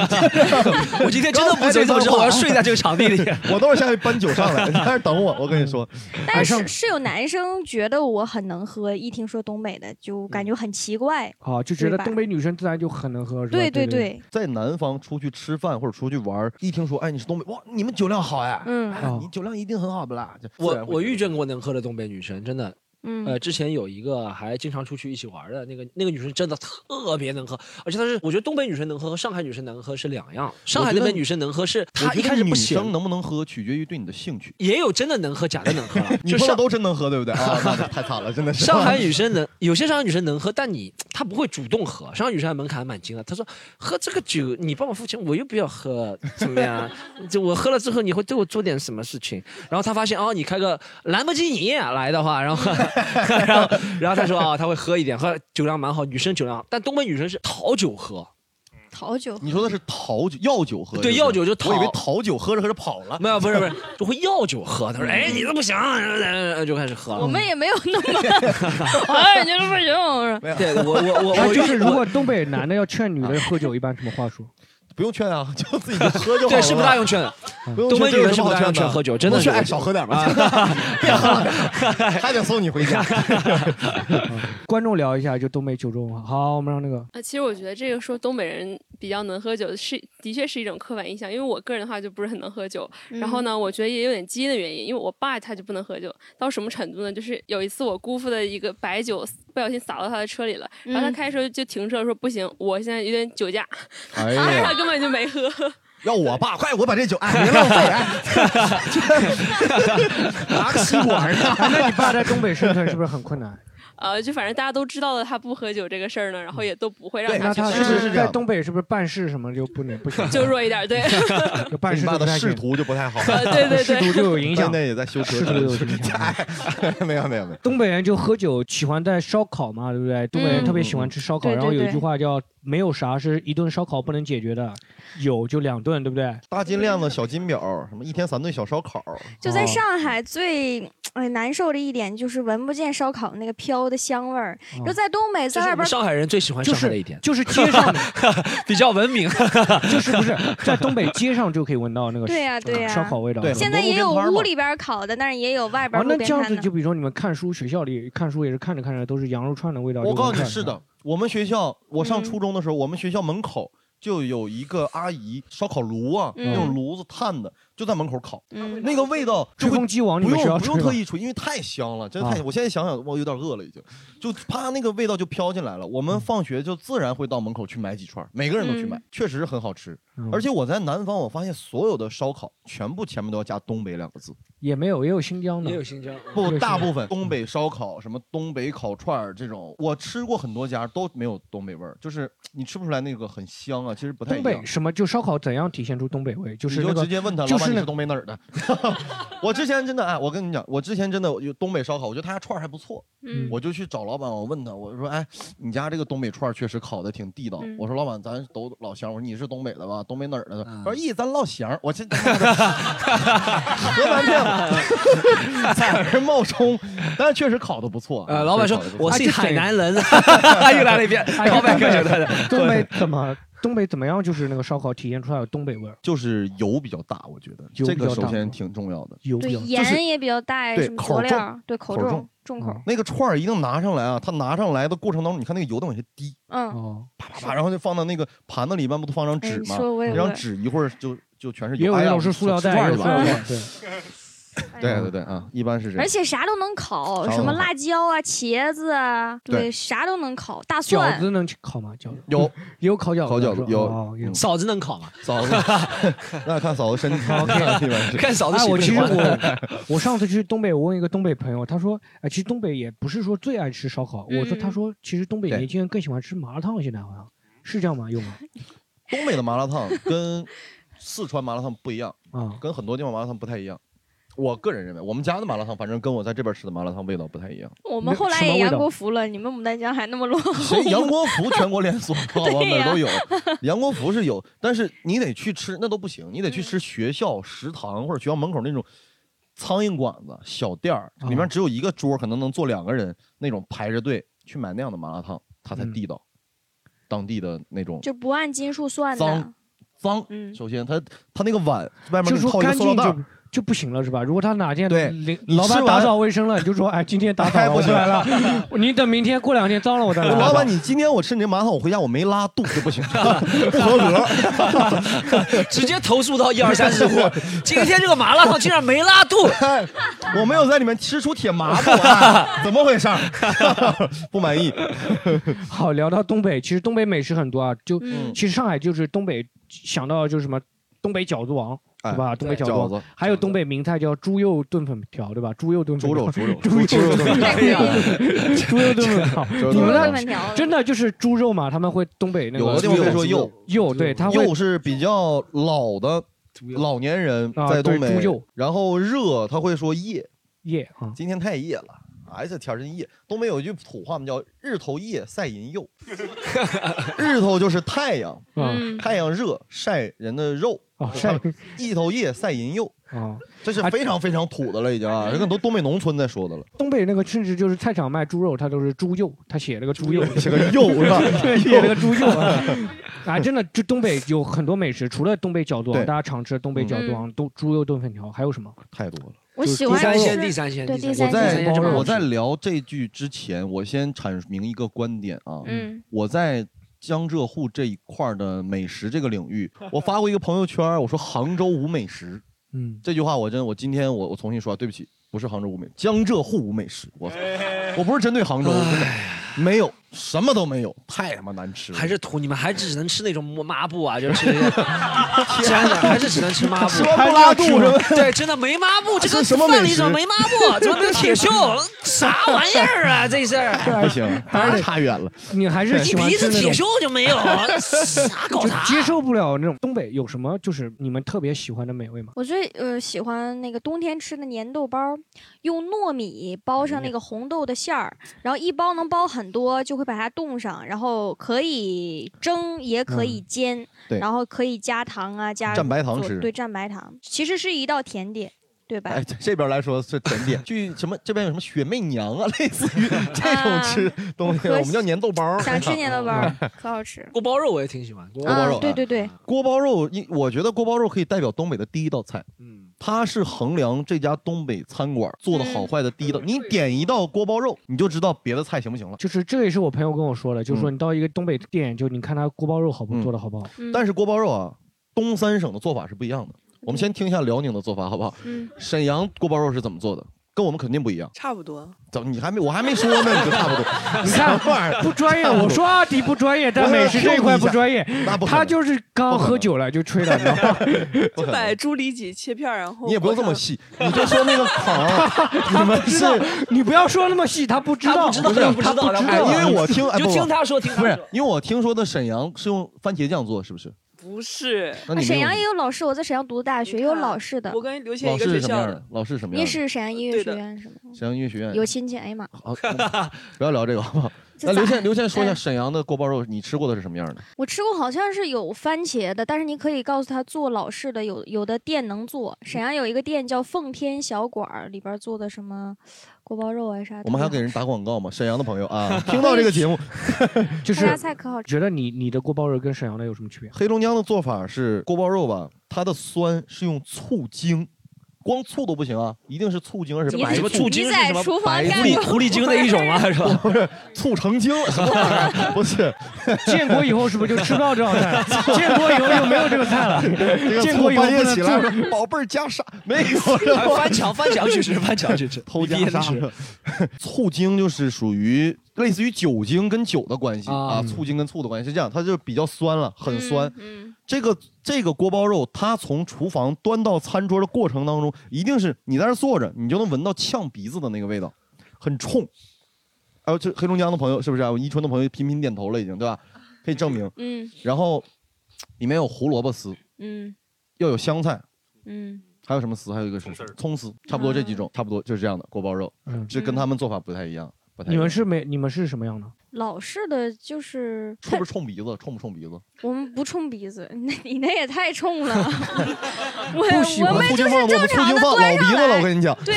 我今天真的不走，走之后我要睡在这个场地里。
我等会儿下去搬酒 上来，你在那儿等我。我跟你说，
嗯
哎
但是是有男生觉得我很能喝，一听说东北的就感觉很奇怪。
好就觉
对
得
吧
东北女生自然就很能喝，是吧？
对
对
对对，
在南方出去吃饭或者出去玩儿，一听说哎你是东北，哇，你们酒量好哎，
嗯
哎
哦
你酒量一定很好不啦？就自
我
然会
我遇见过能喝的东北女生，真的。
嗯
呃，之前有一个还经常出去一起玩的那个那个女生，真的特别能喝，而且她是我觉得东北女生能喝和上海女生能喝是两样。上海那边女生能喝是
我
她
觉
一
得
开始
女
不
生
行，
能不能喝，取决于对你的兴 趣。。
也有真的能喝，假的能喝了
你
就
碰到
上
都真能喝，对不对？啊，那太惨了，真的是。
上海女生能，有些上海女生能喝，但你她不会主动喝。上海女生还门槛还蛮精的，她说喝这个酒你帮我付钱，我又不要喝，怎么样？就我喝了之后你会对我做点什么事情？然后她发现哦，你开个兰博基尼来的话，然后然后然后她说哦，她会喝一点，喝酒量蛮好，女生酒量好，但东北女生是讨酒喝，
讨酒。
你说的是讨酒、药酒喝，
对药酒就讨
我以为讨酒喝着喝着跑了。
没有不是不是就会要酒喝。她说哎你这不行，然后就开始喝
我
了。
们也没有那么，哎，你说不行，
对我我 我
哎
我啊
就是如
我
果东北男的要劝女的喝酒，一般什么话术？
不用劝啊，就自己就喝就好了。
对是不大用劝的。
不用
东北
劝
女人
这有什
是
么好
不大用
劝的
劝喝酒真的
不劝
是啊
哎少喝点吧， 别喝了，还得送你回 家。
观众聊一下，就东北酒桌文化。好，我们让那个
啊，其实我觉得这个说东北人比较能喝酒是的确是一种刻板印象，因为我个人的话就不是很能喝酒。
嗯
然后呢，我觉得也有点基因的原因，因为我爸他就不能喝酒，到什么程度呢？就是有一次我姑父的一个白酒不小心洒到他的车里了，然后他
嗯
开的时候就停车说不行，我现在有点酒驾，但
哎
是他
呀，
根本就没喝。
要我爸，快我把这酒， 哎，别浪费，哎，拿个吸管
啊
呢。
哎那你爸在东北生存是不是很困 难？
呃，就反正大家都知道了他不喝酒这个事儿呢，然后也都不会让
啊
对
他
那
去
他
喝。
是不
是是
是
这样
在东北是不是办事什么就不能不行？
就弱一点，对，
就办
你
事
爸
就不
的
太
仕
行，
途就不太 好，
呃，对对
仕途
对，
就有影响
现。在也在修车哎
仕途就有 影响。
没有没有没有，
东北人就喝酒喜欢在烧烤嘛，对不对？东北人特别喜欢吃烧烤，
嗯嗯嗯
然后有
嗯对
一
对
句话叫“没有啥是一顿烧烤不能解决的，有就两顿”，对 不对？
大金链子、小金表，什么一天三顿小烧烤，哦
就在上海最哎难受的一点就是闻不见烧烤那个飘的香味儿，
哦
就在东北
这
在
是
外
我们
边
上海人最喜欢
就
上海的
是
一点，
就是街上，
比较文明。
就是不是在东北街上就可以闻到那个
对呀对呀
烧啊烤味道。
对
是吧
现在
很多
也有
路边摊儿嘛
屋里边烤的，但是也有外边
哦，
路
那
边
这样
摊
子
的。
就比如说你们看书，学校里看书也是看着看着都是羊肉串的味道。
我
就
告
闻
诉你
出来
是
了
的，我们学校，我上
嗯
初中的时候，我们学校门口就有一个阿姨烧烤炉啊，
嗯
那种炉子炭的，就在门口烤，
嗯，
那个味道就
吹
会
风机王，你
不
们学校
用不
吹
用特
吗
意吹，因为太香了，真的太
啊
香。我现在想想，我有点饿了已经，就啪那个味道就飘进来了。我们
嗯
放学就自然会到门口去买几串儿，每个人都去买
嗯，
确实很好吃。
嗯
而且我在南方，我发现所有的烧烤全部前面都要加东北两个字，
也没有，也有新疆的
也。有新疆，
不，
对
大
是
部分东北烧烤，什么东北烤串儿这种，我吃过很多家都没有东北味儿，就是你吃不出来那个很香啊，其实不太
东
一
北
样。
什么就烧烤怎样体现出东北味？就是
你
那
就
个
直接问他，
就
老板
是
你
那
是东北哪儿的？ 我之前真的哎，我跟你讲，我之前真的有东北烧烤，我觉得他家串儿还不错，
嗯，
我就去找老板，我问他，我说哎，你家这个东北串儿确实烤的挺地道。
嗯
我说老板，咱都老乡，我说你是东北的吧？东北哪儿的？
嗯
他说咦，咱老乡儿，我这 河南骗子，在这儿冒充，但是确实烤的不错。
呃，老板说
确实烤得不错
我
啊
是
这啊
海
等于
南 人，又来了一 遍老板科学的。
东北怎么东北怎么样？就是那个烧烤体现出来有东北味儿，
就是油比较大，我觉得
油
这
比
个
较
首
大
先
吗
挺重要的。
油
对
比较
是
盐也比较大，
对
什么
口
佐
重
料，对口
口
重
重
重口，
那个串儿一定拿上来啊，它拿上来的过程当中，你看那个油得往下滴，
嗯，
哦，
啪啪啪，然后就放到那个盘子里面，不都放张
哎
纸
你
吗？
说我也
你让
会
纸一会儿就就全是
也有
哎
人
呀
老是塑料袋
手串儿
有
就
塑料
完了
袋对
对对对啊，一般是这样。
而且啥都能烤，
啥都能烤
什么辣椒啊、茄子啊，对，
对
啥都能烤，大
饺
蒜。
子能烤吗？饺子
有
也有烤饺子，
烤饺
是
子
吧
有嗯
哦 有。
嫂子能烤吗？
嫂子，那看嫂子身体，
哦
那一般是
看嫂子
哎，
喜
我
不
其
喜
实
欢。
我我上次去东北，我问一个东北朋友，他说，哎，其实东北也不是说最爱吃烧烤。我说，
嗯
他说，其实东北
对
年轻人更喜欢吃麻辣烫，现在好像是这样吗？有吗？
东北的麻辣烫跟四川麻辣烫不一样，
啊，
跟很多地方麻辣烫不太一样。我个人认为，我们家的麻辣烫，反正跟我在这边吃的麻辣烫味道不太一样。
我们后来
什
也
么味道
杨国福了，你们牡丹江还那么落后
谁。杨国福全国连锁，好吧，
对
哪
呀
儿都有。杨国福是有，但是你得去吃，那都不行，你得
嗯
去吃学校食堂或者学校门口那种苍蝇馆子、小店儿，
啊
里面只有一个桌，可能能坐两个人那种排着队去买那样的麻辣烫，它才
嗯
地道。当地的那种
就不按斤数算的
脏，脏，
嗯，
首先它它那个碗外面
就
给你
说
套一个
干
塑料
净
袋儿
就。就不行了是吧？如果他哪天
对
领
你
老
吃
板
完
打扫卫生了，你就说，哎，今天打扫
太
了，
不
我
行
不 来了， 你等明天过两天脏了我再来。
老板，你今天我吃你这麻辣烫，我回家我没拉肚子不行，不合格。
直接投诉到一二三四户。 今天这个麻辣烫竟然没拉肚，
我没有在里面吃出铁麻 布啊，怎么回事儿？不满意。
好，聊到东北，其实东北美食很多啊，就
嗯
其实上海就是东北，想到就是什么东北饺子王，
哎
对吧？东北
对
饺子王
饺子
还有东北名菜叫猪肉炖粉条，对吧？猪肉炖粉
猪肉，
条
猪肉，
猪肉
猪肉炖粉条
太贵了，
猪肉炖粉条，
肉
你
猪
们
肉
那
炖
儿
粉条
真的就是猪肉嘛？他们会东北那个
有的地方会说
肉
肉，
肉，对，他会
又是比较老的老年人
啊
在东
对
北
猪肉，
然后热他会说夜，
耶啊，
今天太夜了。哎，这天真夜！东北有一句土话嘛，叫“日头夜晒人肉”，日头就是太阳，
嗯
嗯，
太阳热晒人的肉，
啊晒
一头夜晒人肉，
啊，
这是非常非常土的了，已经啊，这个都东北农村在说的了。
东北那个甚至就是菜场卖猪肉，他都是猪肉，他写了个猪肉，
这个肉是 吧？
也了个猪肉 啊！啊，真的，就东北有很多美食，除了东北饺子王，
对
大家常吃的东北
嗯
饺子王、都猪肉炖粉条，还有什么？
太多了。
我喜
第
欢
三鲜，第
吃。
三鲜，
对
第
第
我
三鲜
在
三鲜这么
我
好
在
吃。
聊这句之前，我先阐明一个观点啊，
嗯，
我在江浙沪这一块儿的美食这个领域，我发过一个朋友圈儿，我说杭州无美食
嗯，
这句话，我真我今天我我重新说啊，对不起，不是杭州无美，江浙沪无美食，我操我不是针对杭州，真的没有什么都没有，太他妈难吃了，
哎还是土，你们还只能吃那种抹布啊，就 是真的，还是只能吃抹 布
吃。完不拉肚子。
对，真的没抹布，这个
什么美
饭里
食
怎么没抹布？怎么没有 铁锈？啥玩意儿啊？这是
不行，还是差远了。
你还是
一
喜欢
鼻
吃
子
那
铁
种，
锈就没有， 啊啥 搞
就
啥？啊
接受不了那种东北有什么就是你们特别喜欢的美味吗？
我最呃喜欢那个冬天吃的粘豆包，用糯米包上那个红豆的馅儿，然后一包能包很多，就会把它冻上，然后可以蒸也可以煎，
嗯对
然后可以加糖啊加
蘸白糖
做
吃
对，蘸白糖，其实是一道甜点，对吧？
哎，这这边来说是甜点，去什么这边有什么雪媚娘啊， 类似于这种吃东西，
啊
我们叫粘豆包儿。
嗯 想吃粘豆包儿，
嗯
可好吃。
锅包肉我也挺喜欢， 锅包肉
包
啊
肉，
对
哎
对对，
锅包肉，一我觉得锅包肉可以代表东北的第一道菜，
嗯，
它是衡量这家东北餐馆做的好
嗯
坏的第一道。
嗯
你点一道锅包肉，你就知道别的菜行不行了。
就是这也是我朋友跟我说的，就是说
嗯
你到一个东北店，就你看他锅包肉好不、
嗯
做的好不好？
嗯
但是锅包肉啊，东三省的做法是不一样的。我们先听一下辽宁的做法，好不好？
嗯，
沈阳锅包肉是怎么做的？跟我们肯定不一样。
差不多。
怎么你还没我还没说呢，你就差不多。
你看不专业，我说阿迪不专业，但美食这一块不专业，
那啊不可能
他就是刚喝酒了就吹了，你知道吗？
不
就
可能
把猪里脊切片儿，然后
你也不用这么
裹上
细，你就说 那个口 儿，你们
知
是
道，你不要说那么细，他不知
他
道，
不知道，
是
他不知道，他不知
哎，
道
因为我听，哎
你
不
就听
不，
他说，听他
不是
说，
因为我听说的沈阳是用番茄酱做，是不是？
不是，
那
啊
你们
沈
用
阳也有老师，我在沈阳读的大学，也有老师的
我，跟刘倩
老
一
师
个
是
学
什么
校
样的？老师是什么
你
样
也
的？
是沈阳音乐
对
学
的
院什么，
沈阳音乐学院
有亲戚，哎呀妈，
好，我不要聊这个好不好？
这
那刘
咋
倩，刘倩说一下
嗯
沈阳的锅包肉，你吃过的是什么样的？
我吃过，好像是有番茄的，但是你可以告诉他做老式的，有有的店能做。沈阳有一个店叫奉天小馆儿，里边儿做的什么锅包肉啊啥的。
我们还要给人打 广告吗？沈阳的朋友啊，听到这个节目，
就
他家
是
菜可好吃。
觉得你你的锅包肉跟沈阳的有什么区别？
黑龙江的做法是锅包肉吧，它的酸是用醋精。光醋都不行啊，一定是醋精而是
你
白
在
醋。
你在厨房干过
啊？是吧？不是醋成精，什么玩 意儿？不是，
建国以后是不是就吃不到这道菜了 建国以后就没有这个菜了
这个
建
醋
国以后
半夜
不能
起来
做
说宝贝儿加沙，没有 了。
翻墙翻墙去吃翻墙去吃
偷
一
加
边
沙
吃。
醋精就是属于类似于酒精跟酒的关系
啊
啊，醋精跟醋的关系是这样，它就比较酸了，很酸。
嗯，
这个这个锅包肉，它从厨房端到餐桌的过程当中，一定是你在那儿坐着，你就能闻到呛鼻子的那个味道，很冲。还有这黑龙江的朋友是不 是啊？我伊春的朋友频频点头了，已经对吧？可以证明。
嗯
然后里面有胡萝卜丝，
嗯
要有香菜，
嗯
还有什么丝？还有一个是葱丝，差不多这几
嗯
种，差不多就是这样的锅包肉。
嗯
这跟他们做法不太一样，不太一
嗯
你
样。
们是没你们是什么样的？
老式的就是
是不是冲鼻子？冲不冲鼻子？
我们不冲鼻子， 那你那也太冲 了。我
不喜
我
欢
们
醋
就
精
是
放，我
正
们醋
常
精
的
放
端
老鼻
上
子了，我
来，
跟你讲。
对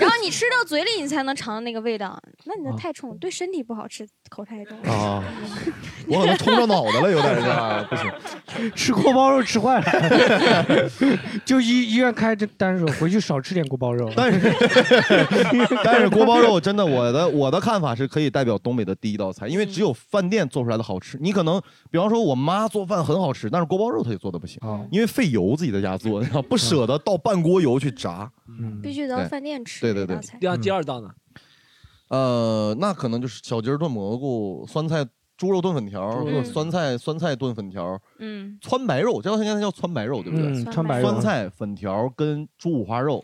然后你吃到嘴里，你才能尝到那个 味道。那你的太冲，对身体不好吃，口太重。
啊， 我可能冲着脑袋了，有点是吧？不行。
吃锅包肉吃坏了， 就医医院开这单子，回去少吃点锅包 肉。
但 是 但是锅包肉真的，我的我的看法是可以代表东北的第一道菜，因为只有饭店做出来的好吃。你可能，比方说我妈做饭很好吃，但是锅包肉她也做的不行，
哦
因为费油，自己在家做，然后不舍得倒半锅油去炸。
必须得到
嗯对
饭店吃。
对对对，嗯
第二第二道呢？
呃，那可能就是小鸡儿炖蘑菇、酸菜猪肉炖粉条儿，
猪肉
或者
炖
酸菜酸菜炖粉条儿。
嗯
川白肉，这道菜应该叫川白肉，对不对？
嗯川白肉
酸菜粉条跟猪五花肉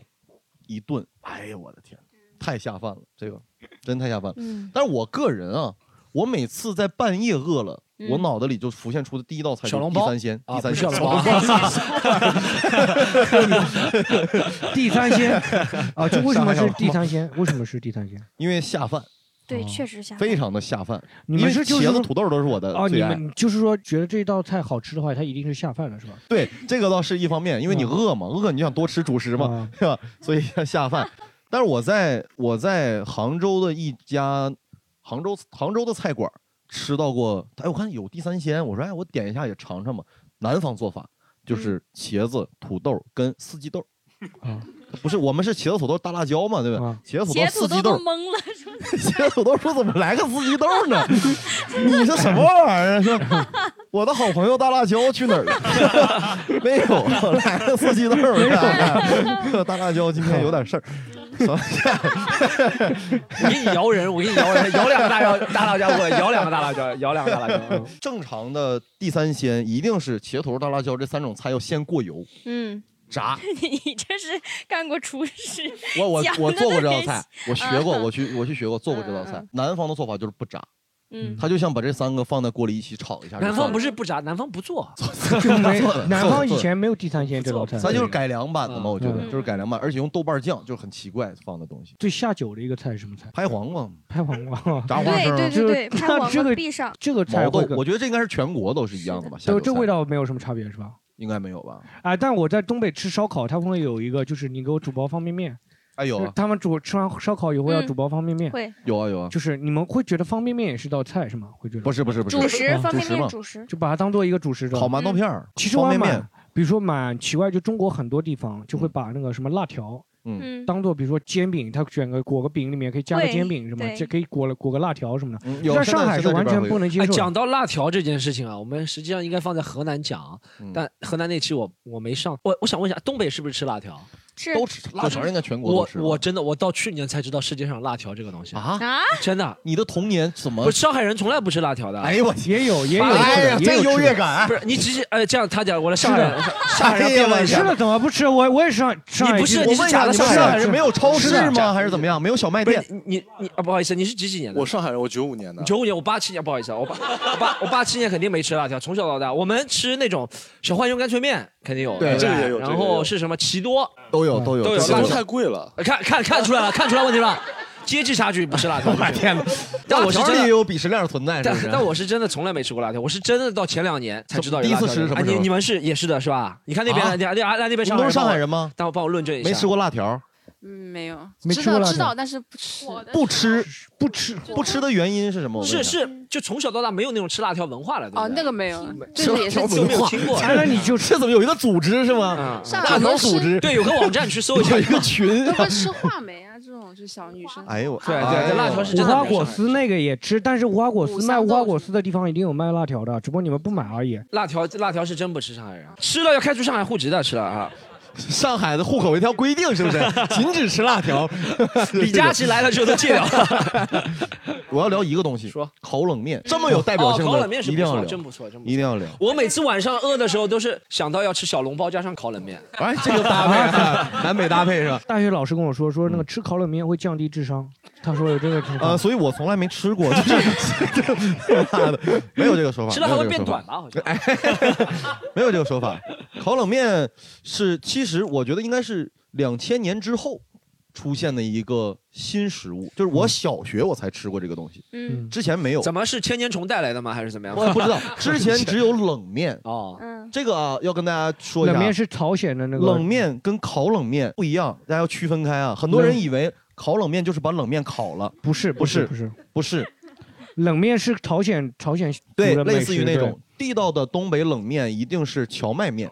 一炖，哎呀，我的天，
嗯
太下饭了，这个真太下饭了。
嗯
但是我个人啊，我每次在半夜饿了，
嗯
我脑子里就浮现出的第一道菜就是
小笼
地
包
三鲜，
啊
地三
不是
鲜，
小笼 包
地三鲜啊，就为什么是地三鲜？为什 么是地三鲜？哦
因为下饭，
对，确实下饭。
非常的下饭。
你们是
因
就
为
是
茄
说
子、土豆都是我的
哦，
最
你
爱。
们就是说觉得这道菜好吃的话，它一定是下饭了，是吧？
对，这个倒是一方面，因为你饿嘛，饿你就想多吃主食嘛，是吧？所以要下饭。但是我在我在杭州的一家杭州杭州的菜馆吃到过，哎，我看有地三鲜，我说哎，我点一下也尝尝吧。南方做法就是茄子、土豆跟四季豆。
啊，
不是，我们是茄子、土豆、大辣椒嘛，对不对？茄子、土豆、
截
四
图
季
都
豆
都。懵了，是不是？
茄 子土豆说怎么来个四季豆呢？你这什么玩意儿？说我的好朋友大辣椒去哪儿了？ 没有，来个四季豆。 大辣椒今天有点事儿。
我给你摇人，我给你摇人，摇两个大椒大辣椒，我摇两个大辣椒，摇两个大辣椒。嗯
正常的地三鲜一定是茄头、大辣椒这三种菜要先过油
嗯，
炸。
你这是干过厨师？
我 我
讲
我
得
做过
都
这道
很
菜，
细
我学过，
嗯
我去我去学过做过这道菜
嗯。
南方的做法就是不炸，
嗯
他就想把这三个放在锅里一起炒一下。
南方不是不炸，南方不 做，啊
就没
做的
南方以
做的
前没有地三鲜这道菜，
咱就是改良版的嘛，
嗯
我觉得
嗯
就是改良版，而且用豆瓣酱，就是很奇怪放的东西。
最下酒的一个菜是什么菜？
拍黄瓜，
拍黄瓜，
炸花生，
就是
对拍
那
黄
这
瓜
个
必上
这个菜
毛
会
豆
跟，
我觉得这应该是全国都是一样的吧？下
就
酒
这
菜
味道没有什么差别是吧？
应该没有吧？
啊，但我在东北吃烧烤，他们会有一个，就是你给我煮包方便面。
哎有啊
就是他们煮吃完烧烤以后要
嗯
煮包方便面。
会
有啊有啊，
就是你们会觉得方便面也是道菜是吗？会觉得嗯
不是不是不是
主食
啊
方便面
嘛
主食
就把它当做一个主食的嗯
烤馒头片儿
其实我还
方便
蛮
面，
比如说蛮奇怪，就中国很多地方就会把那个什么辣条。
嗯
当做比如说煎饼，它卷个裹个饼里面可以加个
对
煎饼什么，
对
这可以裹了裹个辣条什么的。
嗯
有
在
现在
上海
现
是
在这
完
边
全
会有
不能接
哎
受的。
讲到辣条这件事情啊，我们实际上应该放在河南讲，
嗯
但河南那期我我没上。我我想问一下，东北是不是吃辣条？
是
都吃辣条应该全国都
我
吃吧
我真的我到去年才知道世界上有辣条这个东西
啊
啊！
真的，
你的童年怎么
不是上海人从来不吃辣条的？
哎呦我
也有也有
哎
吃的也有吃的
不是你直接呃这样他讲我的上
是
海人
的，
上海
哎
人变了一
吃
下
了。怎么不吃？我我也上上海
你不是
人
你是假的
你们
上海
上
人
海人没有超
是
市
的
吗？还是怎么样？没有小卖
不是
店？
你你你啊，不好意思，你是几几年的？
我上海人，我九五年的。
九五年，我八七年，不好意思啊，我八我八我八七年肯定没吃辣条，从小到大，我们吃那种小浣熊干脆面肯定有，
对
不
这个也有
哎然
这个也
后
有
是什么奇多
都有都有
都有，
这个
辣
都
条
太贵了。
看看看出来了，看出来问题了，阶级差距不是辣条。我的天哪！但我是
辣条
真
里
的
也有鄙视链存在，是
但
不是？
但我是真的从来没吃过辣条，我是真的到前两年才知道有
第一
辣条
次吃
这个
是什么
哎
时
你
候
你们是也是的是吧？你看那边，
啊
那那那那边
你们都是
上
上海
人
人吗？
但我帮我论证一下，
没吃过辣条，
条。
嗯，没有，
没
知
吃过
道
辣
知
条
道，但是不吃。
不吃不吃不吃的原因是什么？我问一
是
下，
是，就从小到大没有那种吃辣条文化了，对不
哦，
对
那个没有，这
这
个也是
条
自己
文
没有
化
听过 嗯
哎那你就这怎么有一个组织是吗？
上
辣条
都
组织
是
对，有个网站去搜一下
有一个群
都。不 吃话梅啊，这种就小女生。
哎呦，
对对
哎呦
对辣条是
无
真的
花
没事
果丝那个也吃，但是无花果丝卖
五香
无
豆
花果丝的地方一定有卖辣条的，只不过你们不买而已。
辣条，辣条是真不吃上海人，啊吃了要开除上海户籍的，吃了啊！
上海的户口有一条规定，是不是 禁止吃辣条？
李佳琦来了之后都戒掉了。
我要聊一个东西，
说
烤冷面这么有代表性的，
哦烤冷面是
一
不
定要
错，
聊，
真不错，真不
一
错。
定要聊。
我每次晚上饿的时候，都是想到要吃小笼包加上烤冷面。
哎，这个搭 配，啊南北搭配是吧？嗯
大学老师跟我说，说那个吃烤冷面会降低智商，他说有这个情
呃，
况。
所以我从来没吃 过，就是妈的，没有这个说法，
吃了还
没有
会
这个
变
说法哎
短 吧？好像。
没有这个说法。烤冷面是，其实我觉得应该是两千年之后出现的一个新食物，就是我小学我才吃过这个东西，
嗯，
之前没有，
怎么是千年虫带来的吗？还是怎么 样？
我也不知 道，之前只有冷 面。
哦，
嗯，
这个啊，要跟大家说一下，
冷面是朝鲜的那个
冷面跟烤冷面不一样，大家要区分开啊。很多人以为烤冷面就是把冷面烤了，
不是不
是
不是，
不是，
冷面是朝鲜朝鲜
对
族的，美
类似于
食
那种地道的东北冷面一定是荞麦面，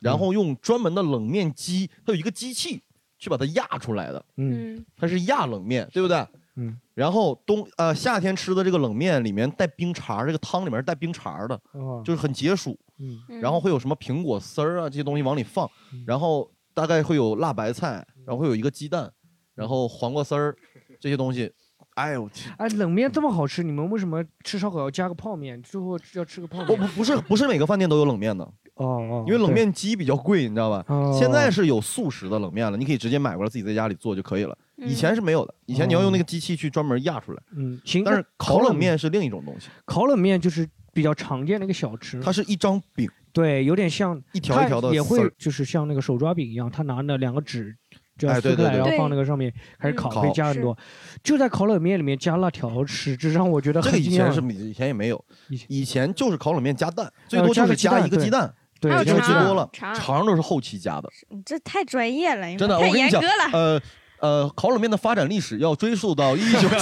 然后用专门的冷面机，它有一个机器去把它压出来的。
对嗯
嗯，
它是压冷面，对不对？
嗯。
然后冬呃夏天吃的这个冷面里面带冰碴儿，这个汤里面是带冰碴儿的，
哦
就是很解暑。
嗯
然后会有什么苹果丝儿啊这些东西往里放
嗯，
然后大概会有辣白菜，然后会有一个鸡蛋，然后黄瓜丝儿这些东西。哎呦，我去
哎，冷面这么好吃，你们为什么吃烧烤要加个泡面？最后要吃个泡
不
面？
不不是不是每个饭店都有冷面的，
哦哦，
因为冷
对
面机比较贵，你知道吧？
哦
现在是有速食的冷面了，你可以直接买过来自己在家里做就可以了。以前是没有的，以前你要用那个机器去专门压出来，
嗯行，
但是
那
哦烤冷面是另一种东西，
烤冷面就是比较常见的一个小吃，
它是一张饼。
对，有点像
一条一条的
它也
丝
会
儿
就是像那个手抓饼一样，他拿那两个纸。就要
哎对
撕开来，
对对
然后
对
放那个上面开始
嗯
烤，
烤
可以加很多。就在烤冷面里面加辣条吃，这让我觉得
这个
很
以
惊讶
前是没以前也没有
以前，
以前就是烤冷面加蛋，最
呃
多就
加
是
个鸡
加
蛋
一个
对
鸡蛋，
对，
还有
这个
加
鸡
肠
多了，
肠
肠都是后期加的。
你这太专业了，你
真的，
太
我跟你
严
讲
格了。，
呃呃，烤冷面的发展历史要追溯 到一九，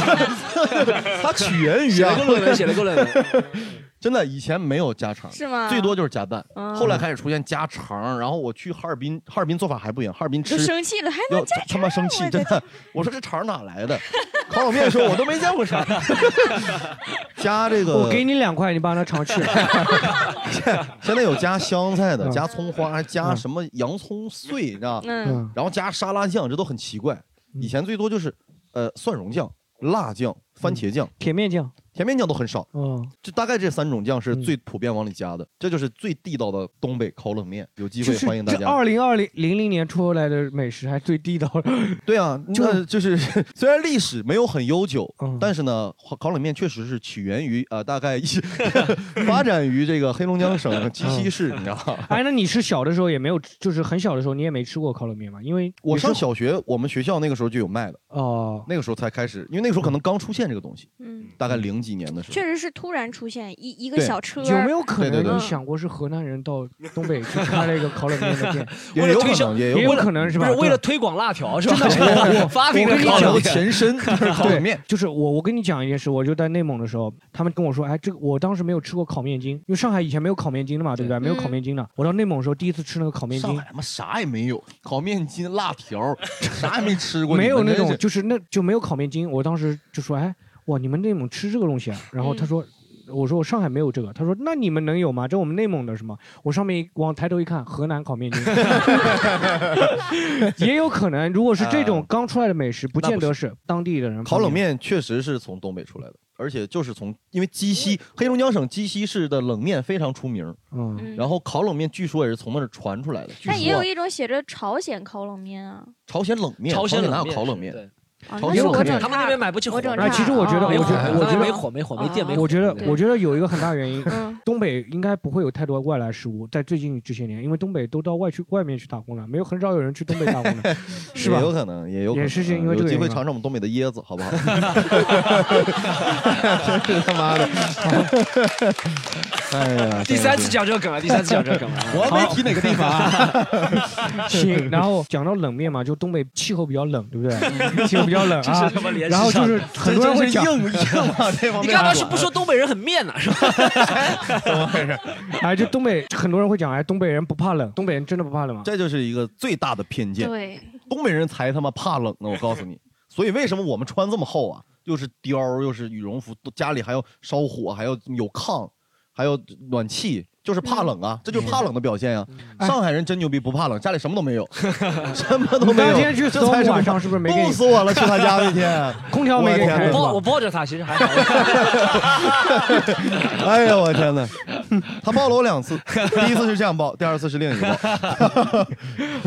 它起源于
写了
啊
个，论文，写了个论文。
真的以前没有加肠，
是吗？
最多就是加蛋，
嗯
后来开始出现加肠。然后我去哈尔滨，哈尔滨做法还不一样，哈尔滨
你都
吃
生气了，还
要
能加啊
他妈生气，
我
真的。我说这肠哪来的？烤冷面说我都没见过 肠，加这个
我给你两块，你把那肠吃。
现在有加香菜的，
嗯
加葱花，加
嗯
什么洋葱碎，你知道吧？
嗯，
嗯，
然后加沙拉酱，这都很奇怪。
嗯
以前最多就是，呃，蒜蓉酱、辣酱、番茄酱、
嗯甜面酱，
甜面酱都很少，
嗯，
就大概这三种酱是
嗯
最普遍往里加的。这就是最地道的东北烤冷面，有机
就
会
是
欢迎大
这
家。
二零二零零零年出来的美食还最地道。
对啊，
就
那就是 虽然历史没有很悠久
嗯，
但是呢，烤烤冷面确实是起源于呃，大概一 发展于这个黑龙江省 鸡西市，你知道吧？
哎，那你是小的时候也没有，就是很小的时候你也没吃过烤冷面吗？因为
我
你是
上小学，我们学校那个时候就有卖的，
哦，
那个时候才开始，因为那个时候可能刚出现这个东西，
嗯，
大概零几年的时候。
确实是突然出现一一个
对
小车，
有没有可
对对
能
对
你想过是河南人到东北去开了一个烤冷面的店？
也
为了
有
推
可
销
能，也有
也
可
有
能。
可能是
不
吧？
是
对
为了推广辣哦条是吧？ 发明
我
了
跟你
烤
讲
冷面
前 身就是烤冷面
对，，就是我我跟你讲一件事，我就在内蒙的时候，他们跟我说，哎，这个我当时没有吃过烤面筋，因为上海以前没有烤面筋的嘛，对不对？没有烤面筋的，我到内蒙的时候第一次吃那个烤面
上
筋
海。他妈啥也没有，烤面筋、辣 条，啥也没吃过，
没有
你们
那
真
种，
是
就是那就没有烤面筋。我当时就说，哎，哇，你们内蒙吃这个东西啊？然后他说，我说我上海没有这个。他说，那你们能有吗？这我们内蒙的是吗？我上面一往抬头一看，河南烤面筋， 也有可能。如果是这种
啊
刚出来的美食，不
那
见
不
得是当地的人
烤冷
发明的。
面，确实是从东北出来的。而且就是从，因为鸡西黑龙江省鸡西市的冷面非常出名，
嗯，
嗯
然后烤冷面据说也是从那儿传出来的。据
但也
说
有
啊
一种写着朝鲜烤冷面啊，
朝鲜冷面，
朝
朝
鲜
哪
冷
有
面
烤冷
是
面？
对
哦
啊那是我整
他们那边买不起火，
整
啊，其实我觉得，
哦
我觉
没
得，
火
我觉得
没火，没火，没电，没火。
我觉得，
对
我觉得有一个很大原因
嗯，
东北应该不会有太多外来事务。在最近这些年，因为东北都到外去外面去打工了，没有很少有人去东北打工 了，是吧
也？有可能，也有可能嗯
也是因为这
有
个
机
原
会
因吧
尝尝我们东北的椰子，好不好？ 真是他妈的！哎呀，
第三次讲这个梗了，第三次讲这个梗 了。
我没提哪个地方啊？
行，然后讲到冷面嘛，就东北气候比较冷，对不对？气候比较 冷
这是
啊
他妈，联系
然
上
后
的
就是很多人会 讲，
硬硬啊，这方面。
你刚刚是不说东北人很面呢，是吧？
哎，就东北很多人 会讲，哎，东北人不怕冷，东北人真的不怕冷吗？
这就是一个最大的偏见。
对，
东北人才他妈怕冷啊呢，我告诉你。 所以为什么我们穿这么厚啊？又是貂儿，又是羽绒服，都家里还要烧火，还要有炕，还要暖气，就是怕冷啊，这就是怕冷的表现呀、
嗯哎
上海人真牛逼，不怕冷，家里什么都 没有，什么都没有。
当天去
这
搜
才是
晚上是不是没给
冻
你
死我了？去他家那天，
空调没给
我天
开
哪
是
抱
吧
我？抱着他，其实还好。
哎呀，我天哪！他抱了我两 次，第一次是这样抱，第二次是另一个抱。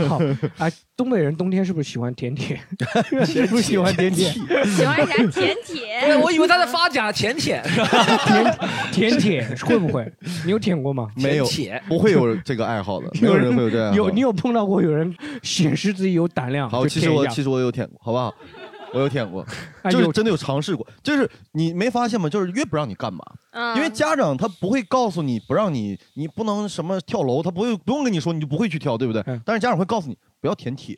好，哎，东北人冬天是不是喜欢甜点？ 是不是喜欢甜点？
喜欢啥甜帖？
对，我以为他在发嗲舔舔，是吧？
舔舔铁会不会？你有舔过吗？
没有
舔铁，
不会 有这个爱好的， 没有人会有这个爱好。
有你有碰到过有人显示自己有胆量？
好，
就
其实
舔一
我
下
其实我有舔过，好不好？我有舔过，
哎
就是
有
真的有尝试过。就是你没发现吗？就是越不让你干嘛，
嗯
因为家长他不会告诉你不让你，你不能什么跳楼，他不会不用跟你说，你就不会去跳，对不对
嗯？
但是家长会告诉你不要舔铁，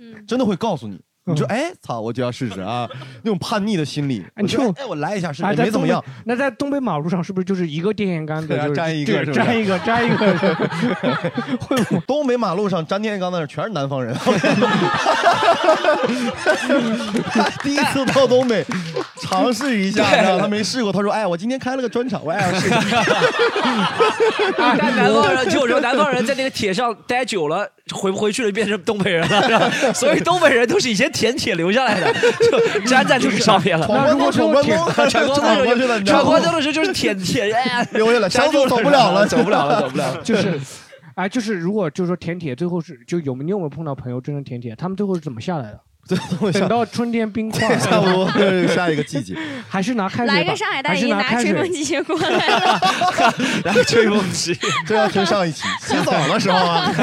嗯
真的会告诉你。你说哎，操，我就要试试啊！那种叛逆的心理，
嗯哎你
我觉得
就
哎，我来一下试试，
哎，
也
在
没怎么样
东。北。那在东北马路上是不是就是一个电线杆子
对啊
就是
粘一个
对
是不是
粘一个，粘一个， 会不会
东北马路上粘电线杆的全是南方人。第一次到东北，尝试一下，你知道他没试过。他说：“哎，我今天开了个专场，我也要试一下。
但南方人就有人，南方人在那个铁上待久了，回不回去了，变成东北人了，是吧？ 所以东北人都是以前舔铁留下来的，就粘在这个上面”了。
闯关东，闯关东，
闯
闯
关
过
东
去
的时
了，
候，
你知
闯
道
关
吗？
东的时候就是舔铁，哎呀
留下来， 想走走不 了了，走不了了，走不 了了。
就是？哎，就是如果就是说舔铁，最后是就有没你有没有碰到朋友真正舔铁？他们最后是怎么下来 的？
这我
等
想
到春天 冰化，
差不多下一个季节，
还是拿开水吧？
来个上海大
还是
姨
拿
拿
开
吹风
水。
机过来了，
然后 吹风机。
这要听啊上一期 洗澡的时候啊，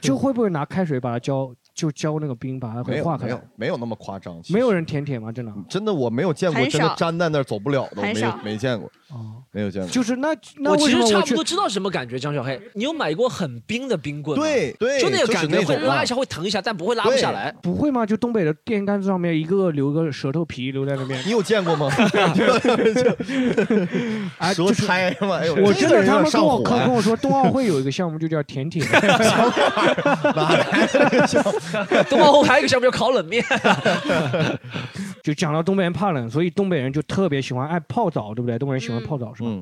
就会不会拿开水把它浇，就浇那个冰把它
没
给
有
化开
没
来
有？没有那么夸张，
没有人舔铁吗？真的？
真的我没有见过真的粘在那儿走不了的，我没有没见过，
哦，
没有见过。
就是那那
我
为
其
什
实
么
差
我
不
去
多知道什么感觉，张小黑，你有买过很冰的冰棍吗？
对对，
就那个
是
感觉，
那
会
种啊
拉一下，会疼一下，但不会拉不 下来。
不会吗？就东北的电线杆子上面一个个留个舌头皮留在那边
你，有见过 吗？
哎，
舌
就是
苔是吗？哎呦，
我
这个
真的
人
他
有点
们跟
上
我
火
跟
啊，
我说，冬奥会有一个项目就叫舔铁，
哪来的这个笑
东方红还有一个项目叫烤冷面，
就讲到东北人怕冷，所以东北人就特别喜欢爱泡澡，对不对？东北人喜欢
嗯
泡澡是吧？
嗯，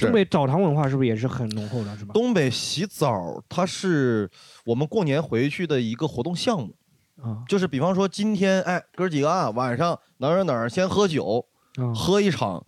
东
是
北澡堂文化是不是也是很浓厚的，是吧？
东北洗澡，它是我们过年回去的一个活动项目，
啊
就是比方说今天，哎，哥几个啊，晚上哪儿哪儿哪儿先喝酒，
啊！
喝一场，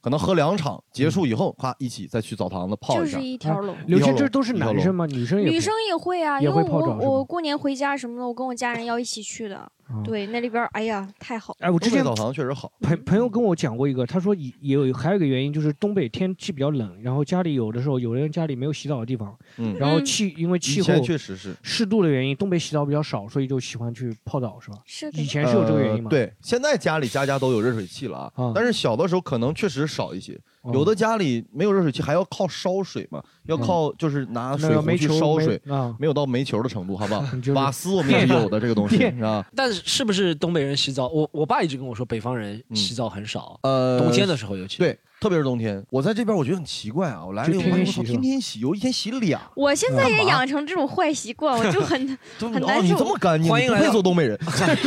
可能喝两场，结束以后，咔一起再去澡堂子泡
就
一下
是。一条龙。
刘
一条
星，这
龙
都是
一条
男
龙
生吗？女生也
女
不
生也会啊，
也
因
会
为
泡澡
我
是吗
我过年回家什么的，我跟我家人要一起去的。
啊
对，那里边儿哎呀太好，
哎，我之
东北
前
澡堂确实好，
嗯
朋朋友跟我讲过一个，他说也也有还有一个原因就是东北天气比较冷，然后家里有的时候有的人家里没有洗澡的地方，
嗯，
然后
嗯
气因为气
以
候
前确实是。
湿度的原因，东北洗澡比较少，所以就喜欢去泡澡，是吧？
是的
以。前是有这个原因
呃
吗？，
对，现在家里家家都有热水器了啊，
啊哦
但是小的时候可能确实少一些，有的家里没有热水器，还要靠烧水嘛，要靠就是拿
嗯
水
那个
壶
煤
去
球
烧
煤
水，
啊，？
没有到煤球的程度，好不好
就是
瓦斯我们也是有的这个东西
电
啊，
但是是不是东北人洗澡？我我爸一直跟我说，北方人洗澡很少，
嗯呃，
冬天的时候尤其。，
对，特别是冬天，我在这边我觉得很奇怪啊，我来了以
就
后
天
我
天
操
洗是
天
吧
天洗，有一天洗俩，
我现在也
干嘛
养成这种坏习惯，我就很
就
很
哦
难
你
受
这么干净，
欢
你
迎
不
来
配
到
做东北人，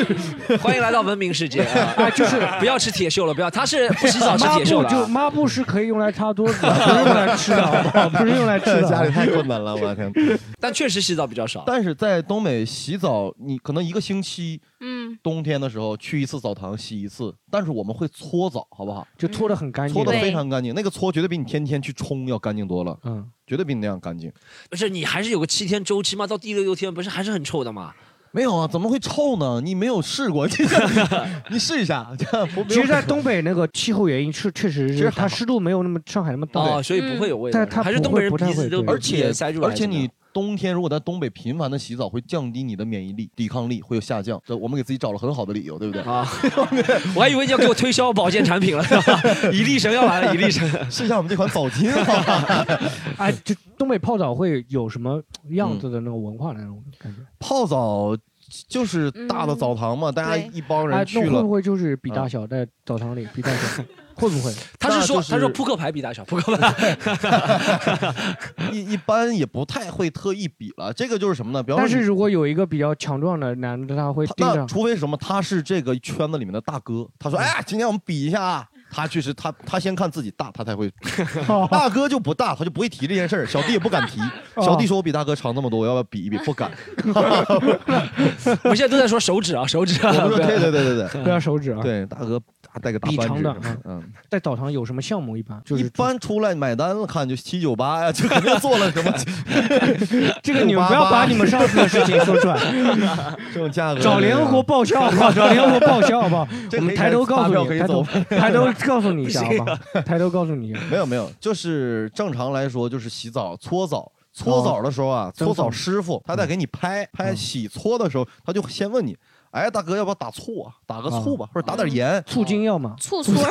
欢迎来到文明世界 啊！就是不要吃铁锈了，不要，他是不洗澡吃
抹
铁锈
布
了
就
啊。
抹布是可以用来擦桌 子的，不 是用来吃的，好不好？不是用来吃 的。啊
家里太困难了，我的 天。
但确实洗澡比较少。
但是在东北洗澡，你可能一个星期
嗯，
冬天的时候去一次澡堂洗一次，但是我们会搓澡，好不好？
就搓的很干净
搓的
的。
非常干净，那个搓绝对比你天天去冲要干净多了，
嗯，
绝对比你那样干净。
不是你还是有个七天周期嘛？到第六六天不是还是很臭的嘛？
没有啊，怎么会臭呢？你没有试过，你 你试一 下。这样不
其实，在 东北那个气候原因是确实
其实
是
还好
它湿度没有那么上海那么大，
哦，所以不会有味道，
嗯但它
还是
不
东
会
北人
不太
鼻子
会
都
对
而且
塞住了，
而且你冬天如果在东北频繁的洗澡，会降低你的免疫力、抵抗力会有下降。这我们给自己找了很好的理由，对不对？
啊， 我还以为你要给我推销保健产品了， 一粒神要完了，一粒神。
试一下我们这款澡巾好吧？
哎，就东北泡澡会有什么样子的那个文化那种感觉？
泡澡就是大的澡堂嘛，大家
对
一帮
哎
人，
那
去
会
了嗯
不。会就是比大小在澡堂里比大小？会不会？
他是说
那就是
他说扑克牌比大小，扑克牌
一一般也不太会特意比了。这个就是什么呢？比方
但
说
是
你，
如果有一个比较强壮的男的，他会
他
盯着
那。除非是什么，他是这个圈子里面的大哥，他
嗯
说：“哎，今天我们比一下啊。”他确实，他他先看自己大，他才 会。大哥就不大，他就不会提这件事儿。小弟也不敢 提。
哦
小弟说：“我比大哥长这么多，我要不要比一比？”不敢。
我们现在都在说手指啊，手指啊
我，们说：“ 对对对对对
不要手指啊！
对，大哥大带个大
比
扳
长
指
的
什么的。”嗯，
在澡堂有什么项目？一般就是
一般出来买单了看就七九八呀，就肯定做了什么
这个你们不要把你们上次的事情说出来，
这种价格。
找联合国报销好 不好？找联合国报销好不好？
这
我
个
们
可以
抬头告
发
诉
票
你，
可以
抬 头
走
抬头告诉你一下好
啊
吧？抬头告诉你一下，
没有没有，就是正常来说就是洗澡搓澡。搓澡的时候啊，
哦蒸嗯
搓澡
澡
师傅他在给你拍拍洗搓的时候，他就先问你，哎，大哥要不要打醋啊？打个醋吧，或者打点盐，
醋精要吗？
醋搓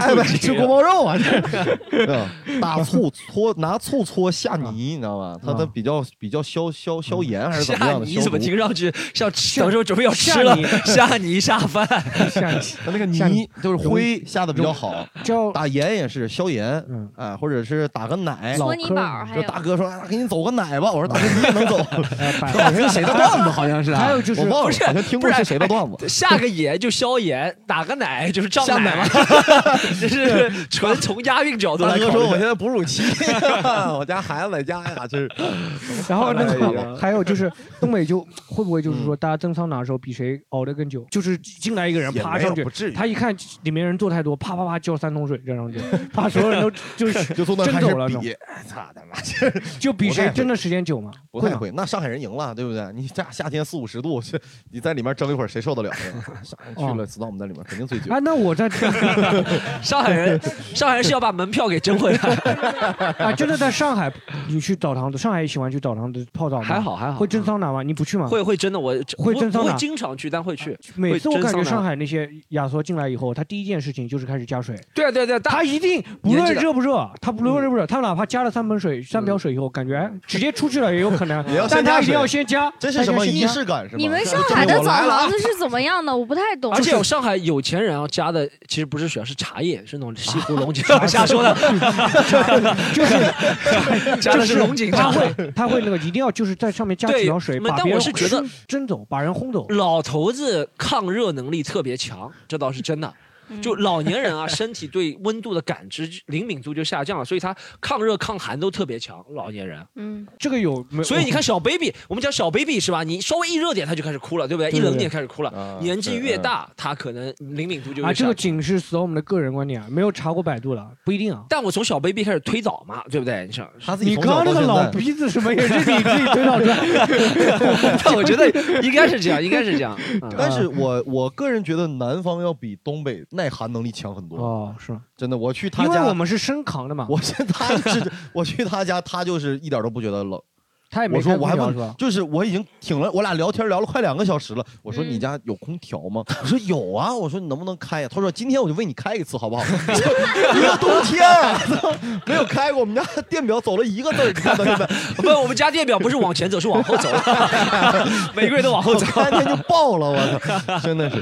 哎，不 是吃锅包肉啊？ 这嗯打醋搓拿醋搓下泥，你知道吧？他他
啊嗯
比较比较消消消炎还是怎么
吓
样的？
你
消
怎么
毒
听上去像吃小时候准备要吃了，吓你一下饭。
下一期
他那个
下
泥就是灰下的比较好，
叫
打盐也是消炎，
嗯，
哎，或者是打个奶。
老
搓泥
坑
宝
儿
儿，还
就
有
大哥说，哎给你走个奶吧。我说大哥你也 能走，
呃 百
好像谁的段子好像是啊
还有就是
我忘
不
了，
是哎
好像听过是谁的段子。
下个盐就消炎，打个奶就是胀奶嘛， 这是纯从押韵角 度
大
来
哥
考
说我现
虑的。
在哺乳期， 我家孩子在家呀，就是
然后那
哎呀嗯
个还有就是东北 就会不会就是说大家蒸桑拿的时候比谁熬得更久？就是 进来一个人
也
啪
没有
上去
不至于，
他一 看里面人做太多，啪啪啪浇三桶水这 样去， 把所有人都就是
就从那开
真
始
走了
比，哎操他妈，这
就比
不太
谁
会
蒸的时间久嘛？
不太
吗
会。那上海人赢了，对不对？你夏夏天四五十度， 是你在里面蒸一会儿，谁受得了？上海人去了，知道我们在里面肯定醉酒
啊，。哦那 我在
上海人，上海人是要把门票给争回来。
啊，真的在上海，你去澡堂子，上海也喜欢去澡堂子泡澡吗？
还，好还好，
会蒸桑拿吗？你不去吗？，
会会真的我
啊会
不
蒸桑
不会
拿啊
经常去，但会去。
每次我
会蒸
感
桑
觉
拿
上海那些亚索进来以后，他第一件事情就是开始加水，
对啊对啊对啊，大
他一定不
年
论
纪大
热不热，他不
嗯
论热不热，他哪怕加了三盆水、三瓢水以后，感觉直接出去了也有可能
也嗯要，先
但
加
他一定
水
要先加，
这
他
是什
一定要
么
先
仪
加
式感？是吗？
你们上海的
我
澡
来了啊
堂子是怎么样的？我不太懂。
而且
就
有
是
上海有钱人啊，加的其实不是水，是茶叶，是那种西湖 龙井。啊瞎说的， 就是加的是龙井
他
茶。
会他会那个一定要就是在上面加
对
几瓢水，
没
把
但
别
我
人
是觉得
熏蒸走，把人轰走。
老头子抗热能力特别强，这倒是真的。
嗯
就老年人啊，身体对温度的感知灵敏度就下降了，所以他抗热抗寒都特别强。老年人，
嗯，
这个有没有？
所以你看小 baby，我们讲小 baby 是吧？你稍微一热点他就开始哭了，对不对？
对
一冷
对
点开始哭了
啊。
年纪
对
越
嗯
大，他可能灵敏度就
啊，
越
这
下
个
降。
仅是 storm 的个人观点，啊，没有查过百度了，不一定啊。
但我从小 baby 开始推导嘛，对不对？你想，
他自己
你
从
刚
小
刚
到
那个
现
老
在。
鼻子什么也是你自己推导出来。
但我觉得应该是这样，应该是这 样。嗯
但是我我个人觉得南方要比东北耐寒能力强很多，
哦，是吗？
真的。我去他
因为
家，
我们是生扛的 嘛，
我是他就是我去他家，他就是一点都不觉得冷。
他也没
我说
开
我还
空调
问
是吧，？
就是我已经挺了，我俩聊天聊了快两个小时了。我
嗯
说你家有空调吗？我说有啊。我说你能不能开呀、他说今天我就为你开一次好 不好？一个冬天啊 没有开过，我们家电表走了一个字儿，你看到现在，
不，我们家电表不是往前走，是往 后走的，每个人都往 后
我
走。
三天就爆了，我 操，真的是。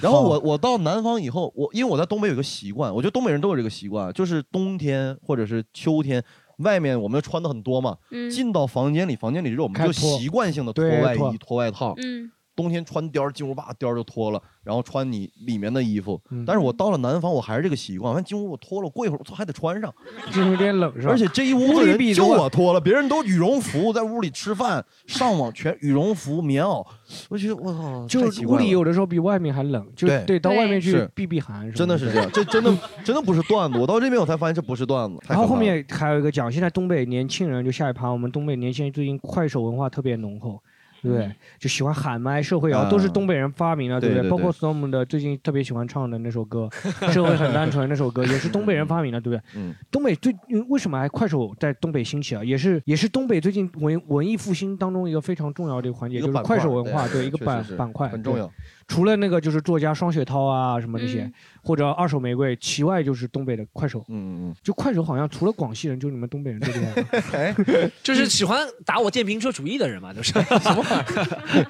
然后我我到南方以后，我因为我在东北有个习惯，我觉得东北人都有这个习惯，啊就是冬天或者是秋天。外面我们穿的很多嘛，
嗯
进到房间里，房间里之后我们
开
就
脱
习惯性的脱
对
外
脱
衣、脱外套，
嗯，
冬天穿貂儿进屋吧，貂儿就脱了，然后穿你里面的衣服。
嗯
但是我到了南方，我还是这个习惯，完进屋我脱了，过一会儿我操还得穿上，
就是有点冷是吧？
而且这一屋子
屋里
人
比
就
多
我脱了，别人都羽绒服在屋里吃饭、上网全羽绒服、棉袄，我觉得我操，太
就是
奇
屋
怪
里
了。
有的时候比外面还冷，就
对
对，到外面去
是
避避寒，
真的是这。样，这真的真的不是段子。我到这边我才发现这不是段子。太
然后
可
后
怕了
面还有一个讲，现在东北年轻人就下一盘，我们东北年轻人最近快手文化特别浓厚，对不对？就喜欢喊麦、社会
嗯
摇，都是东北人发明的，
对
不
对对
包括 Storm 的最近特别喜欢唱的那首歌 《社会很单纯》那首歌，也是东北人发明的，对不对？
嗯，
东北最为什么还快手在东北兴起啊？也是也是东北最近文文艺复兴当中一个非常重要的一个环节，
一个
就是
板块
快手文化，
对
对一个
确实
板
是
板块
很重要
对除了那个就是作家双雪涛啊什么这些，
嗯
或者二手玫瑰，其外就是东北的快手。
嗯嗯嗯，
就快手好像除了广西人，就你们东北人最 厉害。
哎
就是喜欢打我电瓶车主意的人嘛，都是什么玩意儿？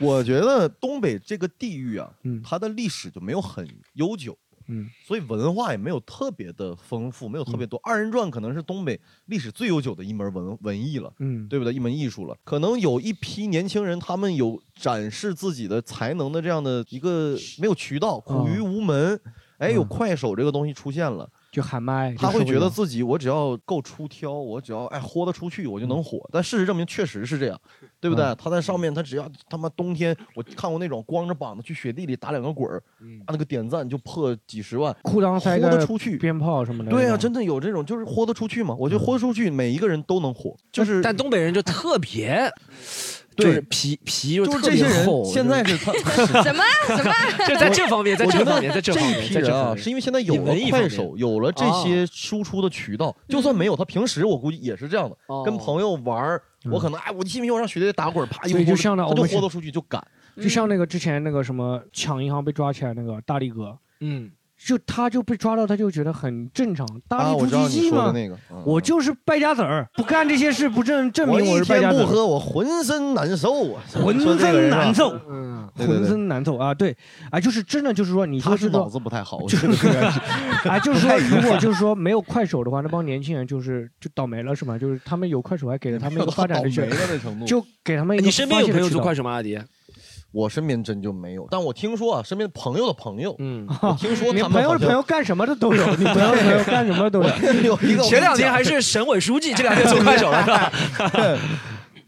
我觉得东北这个地域啊，它的历史就没有很悠久，
嗯，
所以文化也没有特别的丰富，没有特别多。二人转可能是东北历史最悠久的一门文文艺了，
嗯
对不对？一门艺术了，可能有一批年轻人，他们有展示自己的才能的这样的一个没有渠道，
啊
苦于无门。哎，
嗯
有快手这个东西出现了。
就喊麦，
他
就
会
是
觉得
为了
自己我只要够出挑，我只要哎豁得出去，我就
嗯
能火。但事实证明确实是这样，对不对？
嗯
他在上面，他只要他妈冬天，我看过那种光着膀子去雪地里打两个滚儿，
嗯
啊那个点赞就破几十万，
裤裆塞
豁
个
得出去。
鞭炮什么的。
对啊，真的有这种，就是豁得出去嘛。我觉得豁得出去，每一个人都能火。 就是
嗯但东北人就特别，就是皮皮就
就是
特
这些
别
人
厚。
现在是 他
什么什么就在 这方面在
我
这
觉得
方面在这方面
一批
在这
人
方
啊，
面
是因为现在有
以
了
文艺方
快
面哦
手，有了这些输出的渠道，就
嗯
算没有，他平时我估计也是这样的，
哦
跟朋友玩儿
嗯
我可能哎，我信不信我让雪姐打滚儿，啪一
所以
豁
就像那
他
我
就
们
豁得出去就敢。
就像那个之前那个什么抢银行被抓起来那个大力哥，
嗯，
就他就被抓到，他就觉得很正常，大
啊
力
我
出
知道
奇
你
迹
说
嘛。
的那个嗯
我就是败家子儿，不干这些事不证证明
一
是败
天
家子
不喝，
儿。
我浑身难受啊，
浑
说这个
身
人啊
难受，
嗯
对对对
浑身难受啊！对，啊，就是真的，就是说，你说
他
是
是
说
脑子不太好，我觉得应 该是
啊，就是
不太
说，
愉快
如果就是说没有快手的话，那帮年轻人就是就倒霉了，是吗？就是他们有快手，还给了他们一个发展的渠
倒霉了的程度
就给他们一个
哎你身边有朋友做快
手，
手吗？阿迪？
我身边真就没有，但我听说啊，身边朋友的朋友，
嗯，
我 听说
你
他们
朋友
好
的
像
朋友干什么的都有，你朋友的朋友干什么 的都有。
有一个
前两天还是省委书记，这两天做快手了是吧？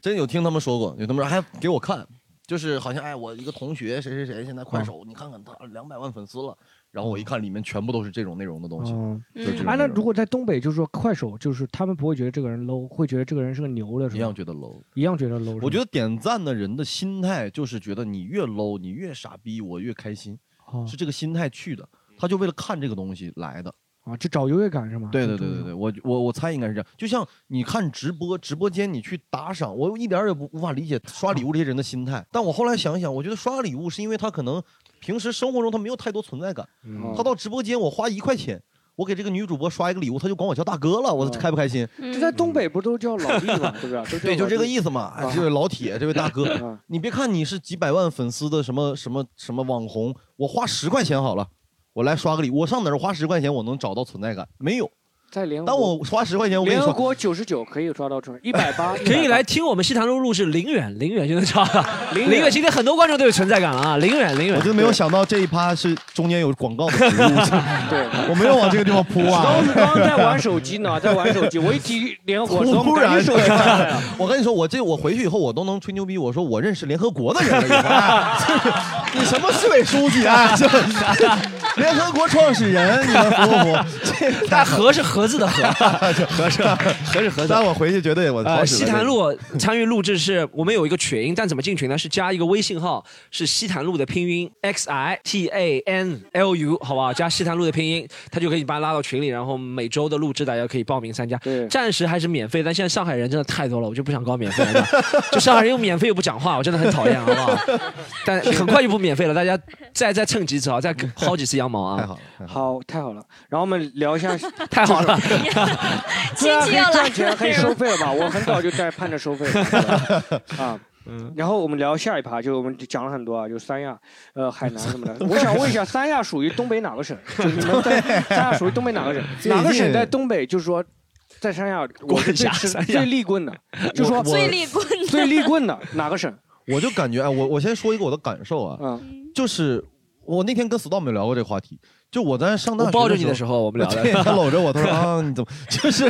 真有听他们说过，有他们说还给我看，就是好像哎，我一个同学谁谁谁现在快
嗯
手，你看看他两百万粉丝了，然后我一看里面全部都是这种内容的东西，
嗯
就是这种
啊，
内
那
容
如果在东北，就是说快手，就是他们不会觉得这个人 low，会觉得这个人是个牛的，是
一样
吧？
觉得 low。
一样觉得 low。
我觉
得
得点赞的人的心态就是觉得你越 low，你越傻逼，我越开心，
哦
是这个心态去的，他就为了看这个东西来的。
啊，就找优越感是吗？
对对对对对，我我我猜应该是这样。就像你看直播，直播间你去打赏，我一点儿也不无法理解刷礼物这些人的心态。但我后来想一想，我觉得刷礼物是因为他可能平时生活中他没有太多存在感，
嗯哦
他到直播间我花一块钱，我给这个女主播刷一个礼物，他就管我叫大哥了，我开不开心？
就哦在东北不都叫老弟嘛，对不
啊
对？都叫
对，就
老
这个
弟
意思嘛。哎，这位老铁，这位大哥，你别看你是几百万粉丝的什么什么什么网红，我花十块钱好了，我来刷个礼物，我上哪儿花十块钱我能找到存在感？没有。
在联合
当我
国，
花十块钱，我跟你
联合
说，
国九十九可以抓到纯，一百八
可以来听我们西塘路路是林远，林远就能找 到。
林
林远今天很多观众都有存在感了啊，林远，林远。
我就没有想到这一趴是中间有广告的植 入，
对。
我没有往这个地方铺啊
当。时刚刚在玩手机呢，在玩手机。我一提联合国，说我
突
们赶
然
紧手机拿下 来啊！
我跟你说，我这我回去以后，我都能吹牛逼。我说我认识联合国的人了以后，哎 就是你什么市委书记啊？ 就是 联合国创始人，你们服不 服？这
但盒是盒子的盒， 盒是 盒是盒子。
但我回去绝对我
呃，
好使
西
了
坛
这个
路参与录制是我们有一个群，但怎么进群呢？是加一个微信号，是西坛路的拼音 x i t a n l u，好不好？加西坛路的拼音，他就可以把他拉到群里，然后每周的录制大家可以报名参加。
对
暂时还是免费，但现在上海人真的太多了，我就不想搞免费了。就上海人又免费又不讲话，我真的很讨厌，好不好？ 但很快就不免费了，大家再再蹭几次啊，再薅几次羊毛
太
啊
好！了，太好了
好，太好了。然后我们聊一下，
太好了，
对 啊，可
经
以
济要来
赚钱，
了
可以收费了 吧？我很早就在盼着收费了啊。
嗯
然后我们聊下一趴，就我们讲了很多啊，就三亚、呃海南什么 的。我想问一下，三亚属于东北哪个省？就是你们在三亚属于东北哪个省？
最
哪个省
近
在东北？就是说，在三亚我是
一下
最吃
三亚
最立棍的，就说
最立棍
最立棍的哪个省？
我就感觉哎，我我先说一个我的感受啊，
嗯，
就是我那天跟 Storm 有聊过这个话题，就我在上大
我
学
抱着你
的
的时候，我们聊
对
聊。
他搂着我，他 说啊，你怎么就是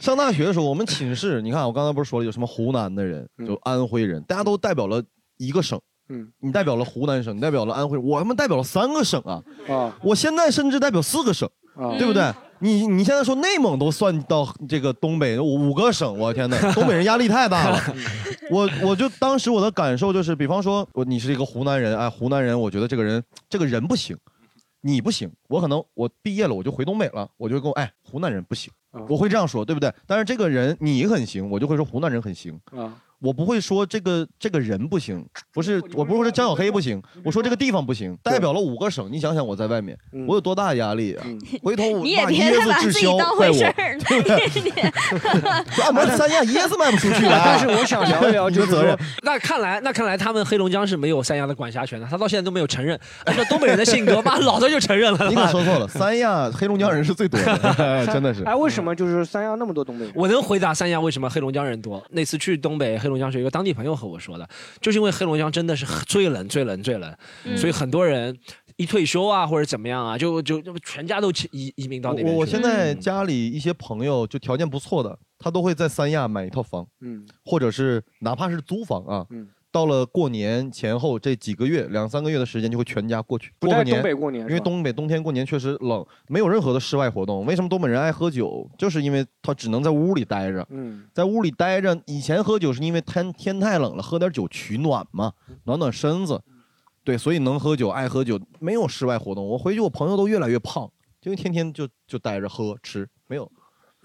上大学的时候，我们寝室，你看我刚才不是说了，有什么湖南的人，
嗯
有安徽人，大家都代表了一个省。
嗯，
你代表了湖南省，你代表了安徽，我他妈代表了三个省啊！
啊
我现在甚至代表四个省，
啊
对不对？你你现在说内蒙都算到这个东北五五个省，我天哪，东北人压力太大了。我我就当时我的感受就是，比方说，我你是一个湖南人，哎，湖南人，我觉得这个人这个人不行，你不行，我可能我毕业了我就回东北了，我就会跟我哎湖南人不行，我会这样说，对不对？但是这个人你很行，我就会说湖南人很行。
啊，
我不会说这个这个人不
啊
行，不是我不是说张小黑不行，我说这个地方不
嗯
行，代表了五个省。你想想我在外面，我有多大压力啊！回头我
嗯 你也
骂
别
椰
太把
子滞
自己
销，
当
怪
回
我
事 儿，
对 不对？就俺们三亚椰子卖不出去了，
但是我想 聊一聊
你的责任。
那看来，那看来他们黑龙江是没有三亚的管辖权的，他到现在都没有承认。按照东北人的性 格，妈老早就承认了。啊呃
你可说错了，三亚黑龙江 人是最多的，真的是。
哎，为什么就是三亚那么多东北人？
我能回答三亚为什么黑龙江人多。那次去东北黑龙江是一个当地朋友和我说的，就是因为黑龙江真的是最冷、最冷、最冷，
嗯
所以很多人一退休啊或者怎么样啊，就就就全家都去移移民到那边去
我我
了。嗯
现在
嗯
家里一些朋友就条件不错的，他都会在三亚买一套房，
嗯，
或者是哪怕是租房啊，
嗯，
到了过年前后这几个月两三个月的时间就会全家过去，
不
过
在
个
东
年
北过年是
因为
吧
东北冬天过年确实冷，没有任何的室外活动。为什么东北人爱喝酒？就是因为他只能在屋里待着，
嗯，
在屋里待着。以前喝酒是因为天天太冷了，喝点酒取暖嘛，暖暖身子。对，所以能喝酒，爱喝酒，没有室外活动。我回去，我朋友都越来越胖，因为天天就就待着喝吃， 没有。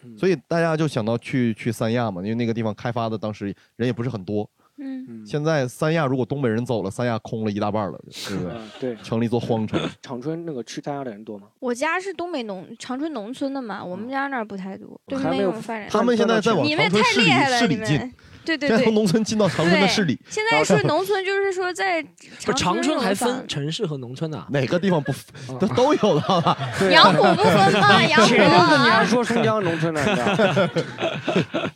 嗯
所以大家就想到去去三亚嘛，因为那个地方开发的当时人也不是很多。
嗯，
现在三亚如果东北人走了，三亚空了一大半了，对不对？
嗯对
成了一座荒城。
长春那个去三亚的人多吗？
我家是东北农长春农村的嘛，我
哦
们家那儿不太多，对
还
内
没有
蒙发展。
他们现在在往
你们
长春
太
市
厉
里
害了，
市
你
里进
们。对对
现在
对
从，农村进到长春的市里，
现
然
在
后
说农村就是说在
不是长春还
农村
分城市和农村呢、啊
哪个地方不都都有的吧？
杨浦不 分 吗？杨浦
前阵子你还
啊，
说松江农村呢，你知道吗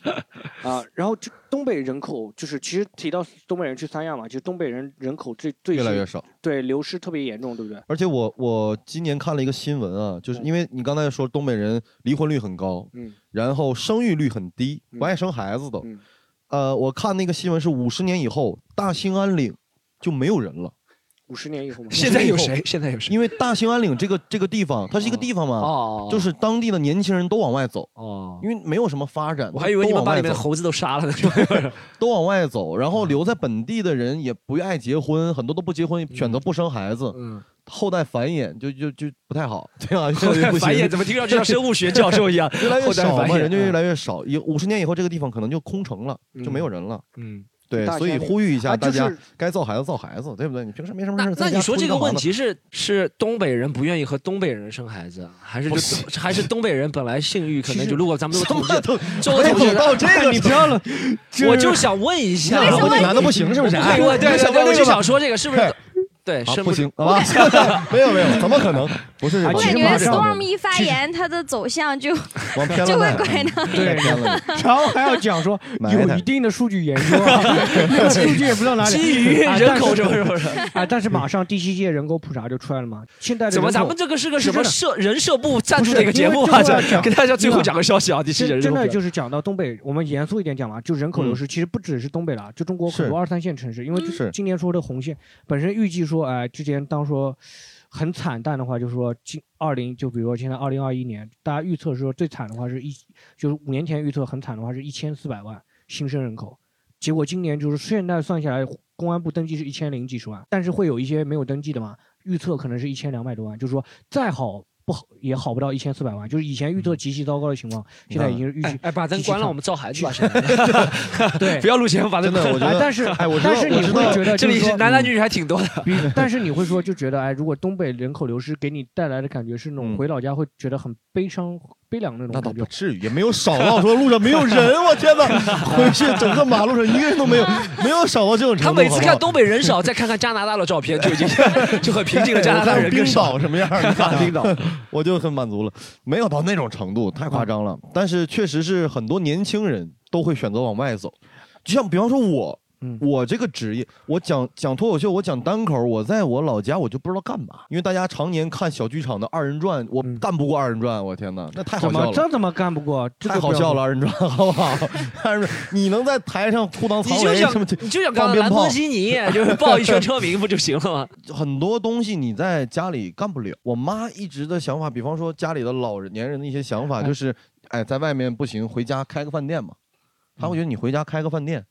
啊，然后就东北人口就是其实提到东北人去三亚嘛，就东北人人口最最
越来
是
越少，
对流失特别严重，对不对？
而且我我今年看了一个新闻啊，就是因为你刚才说东北人离婚率很高，
嗯，
然后生育率很低，不爱生孩子都。呃，我看那个新闻是五十年以后，大兴安岭就没有人了。
五十年以后嘛，
现在有谁
现在有谁？
因为大兴安岭这个这个地方，它是一个地方嘛，
哦
就是当地的年轻人都往外走，
哦，
因为没有什么发展，
我还以为你
都
们
往
把
外
里面的
走
猴子都杀了呢。 嗯
都往外走，然后留在本地的人也不爱结婚，很多都不结婚，选择不生孩子，
嗯，
后代繁衍就就就不太好，对啊，
后代
越来越不行
繁衍怎么听上去像生物学教授一样
越来越
后代
少
繁
嘛，
衍嗯
人就越来越少，有五十年以后这个地方可能就空城了，就没有人了，
嗯。
对
大，
所以
兴安岭
呼吁一下
啊
大
就是
家，该造孩子造孩子，对不对？你平时没什么
那
事儿，
那
在家
你说
出去
这个
干嘛
问
呢
题是是东北人不愿意和东北人生孩子，啊还是
不
就是还是东北人本来性欲可能就如果 咱们都统计
都
周围统计
到这个，你不要了，
我就想问一下，
男的不男的不行是不是？
对我对
你
对
想
对，
问
我
这
就
个吧
想说这 个是不是？对，
啊
生
不
出
行，好吧？没有没有，怎么可能？不是这
啊
我
个
感觉
不是这个
Storm 一发言，他的走向就
往偏了啊
就会
带
拐到一
对
个
偏 了
然后还要 讲说
埋汰
有一定的数据研究啊，那 个数据也不知道哪里。
基于
啊
人口
但
什么什么什么
啊？但是马上第七届人口普查就出来了嘛，现在的
怎么
人口
咱们这个是个什么
真的
社人社部赞
不
助
是
的一个节目
因
啊？
为这
这
个要讲
给大家最后讲个消息啊，
真
第七节
真的就是是讲到东北，我们严肃一点讲嘛，就人
嗯
口流失，其实不只是东北了，就中国很多
是
二三线城市，因为就是今年说的红线本身预计说，哎、之前当说很惨淡的话，就是说今二零，就比如说现在二零二一年，大家预测说最惨的话是一，就是五年前预测很惨的话是一千四百万新生人口，结果今年就是现在算下来，公安部登记是一千零几十万，但是会有一些没有登记的嘛，预测可能是一千两百多万，就是说再好。不好也好不到一千四百万，就是以前
嗯
预测极其糟糕的情况，现在已经是预期
哎。哎，把灯
极其
关了，
惨
我们造孩子吧。现在
对
不要录节目，把灯
真的
关
我觉得
了
哎但是
哎我知道
但是你
我知
会
道
觉得
这里
就是嗯说
男男女女还挺多的。
比但是你会说就觉得哎，如果东北人口流失给你带来的感觉是那种回老家会觉得很悲伤、悲凉的那种
嗯那
感觉。
倒不至于，也没有少到说路上没有人， 我天哪！回去整个马路上一个人都没有，没有少到这种程
他
度。
每次
好
看
不好
东北人少，再看看加拿大的照片，就已 经就 很平静的加拿大人
冰
更少
岛什么样？ 你看
冰岛，
我就很满足了，没有到那种程度，太夸
嗯
张了。但是确实是很多年轻人都会选择往外走，就像比方说我，
嗯
我这个职业，我讲讲脱口秀，我讲单口，我在我老家我就不知道干嘛，因为大家常年看小剧场的二人转，
嗯
我干不过二人转，我天哪，那太好
怎
笑
么
了
这。怎么干不过？这个
太好
不要
笑
说
了，二人转好不 好？二人转，你能在台上裤裆
你
藏
就
雷
想
什么？
你就想
放
刚
鞭
兰
炮
博基尼，就是 报一圈车名不就行了吗？
很多东西你在家里干不了。我妈一直的想法，比方说家里的老年人的一些想法，就是哎，在外面不行，回家开个饭店嘛。她会觉得
嗯
你回家开个饭店，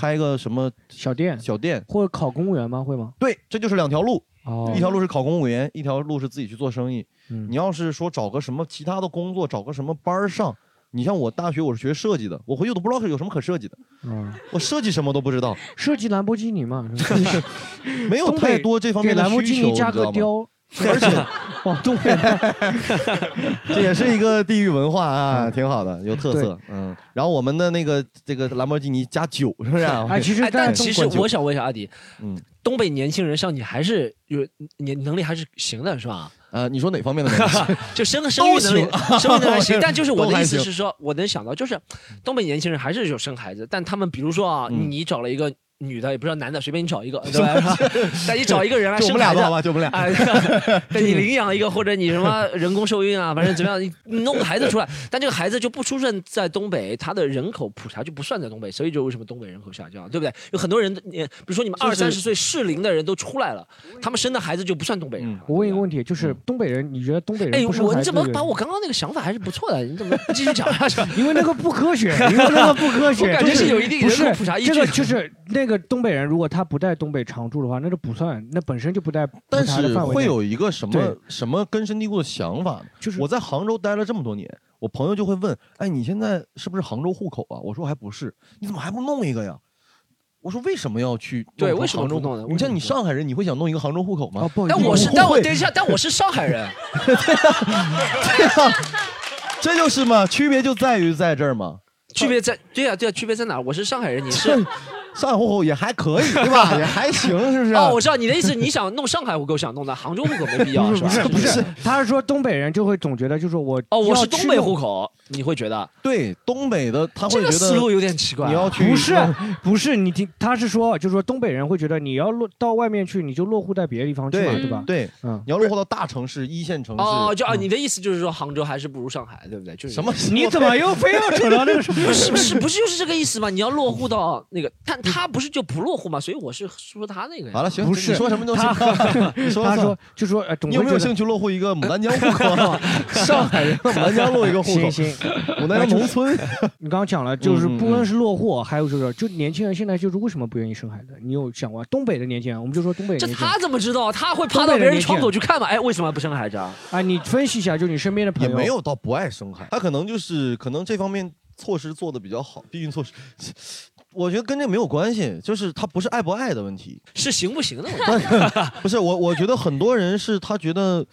开个什么
小店、
小店，
或者考公务员吗？会吗？
对，这就是两条路。
哦嗯
一条路是考公务员，一条路是自己去做生意。你要是说找个什么其他的工作，找个什么班儿上，你像我大学我是学设计的，我回去我都不知道有什么可设计的，
嗯，
我设计什么都不知道，
设计兰博基尼嘛，
没有
东北
太多这方面
给
的
兰博
需
基
求，
尼
你知
加
道
个
吗？
雕，
而且
往东北
这也是一个地域文化啊，挺好的，有特色
嗯对。
嗯，然后我们的那个这个兰博基尼加九是不是啊？
哎但其实我想
问，
问一下阿迪，
嗯，
东北年轻人像你还是有你能力还是行的是吧？
呃，你说哪方面的能力？
就生生育能力
都行，
生育能力还行
都，
但就是我的意思
还
是
行
说，我能想到就是东北年轻人还是有生孩子，但他们比如说啊，
嗯
你找了一个。女的也不知道男的，随便你找一个，对 吧？但你找一个人来
就我们
生
俩
孩子，
吧好吧就我们俩
哎 对你领养一个或者你什么人工受孕啊，反正怎么样，你你弄个孩子出来，但这个孩子就不出生在东北，他的人口普查就不算在东北，所以就为什么东北人口下降，对不对？有很多人，你比如说你们
就
二
是
三十岁适龄的人都出来了，他们生的孩子就不算东北人了。
我问一个问题，
嗯
就是东北人，你觉得东北
哎，
嗯人不生
我
孩
你
子
怎
的
么
原因？
把我刚刚那个想法还是不错的？你 怎么继续讲下去？
因为那个不 科 学，因为那个不科学，
我感
就
觉
是
是有一定
不
人口
是
普查依据
这
的
个就是那个东北人，如果他不在东北常住的话，那就不算，那本身就不在普
但
查的
是
范围内
会有一个什么
对
什么根深蒂固的想法，就是我在杭州待了这么多年，我朋友就会问，哎，你现在是不是杭州户口啊？我说还不是，你怎么还不弄一个呀？我说为什么要去弄
对
出
为什么
杭州
不弄
户
呢
口
为
你
什
像
么
你上海人，你会想弄一个杭州户口吗？
哦不
但我是，
不
但我
会
等一下，但我是上海人，
对啊，这就是嘛，区别就在于在这儿嘛。
区别在对啊呀对呀，区别在哪？我是上海人，你是
上海户口也还可以，对吧？ 也还行，是不是？
哦，我知道你的意思，你想弄上海户口想弄的，杭州户口没必要，
不
是
是
吧
不？是不是，他是说东北人就会总觉得就是我
哦，我
要
是
去
东北
弄
户口，你会觉得
对东北的他会
这
觉
个
得
思路有点奇怪啊。
你要去
不是不是，你听他是说，就是说东北人会觉得你要落到外面去，你就落户在别的地方去嘛，
对
对吧？
对，
嗯
你要落到大城市、一线城市。嗯
哦，就啊，你的意思就是说杭州还是不如上海，对不对？就是
什么？
你怎么又非要扯到这个 上
不是不是不是就是这个意思吗？你要落户到那个，但他不是就不落户吗？所以我是说他那个呀。
嗯好了，行，
不是
你说什么都行
他。
你说
他
了算
说就说呃，总
你有
归
没有
觉得
兴趣落户一个牡丹江户口啊？ 上海人的牡丹江落一个户口，
行行，
牡丹江农村。
你刚刚讲了，就是
嗯嗯
不论是落户，还有就是就年轻人现在就是为什么不愿意生孩子？你有想过东北的年轻人？我们就说东北的
这
年轻人
他怎么知道？他会爬到别人窗口去看吗？哎，为什么不生孩子啊？
啊，你分析一下，就你身边的朋
也
友
没有到不爱生孩，他可能就是可能这方面措施做的比较好，避孕措施， 我觉得跟这没有关系，就是他不是爱不爱的问题，
是行不行的问题？
不是 我我觉得很多人是他觉得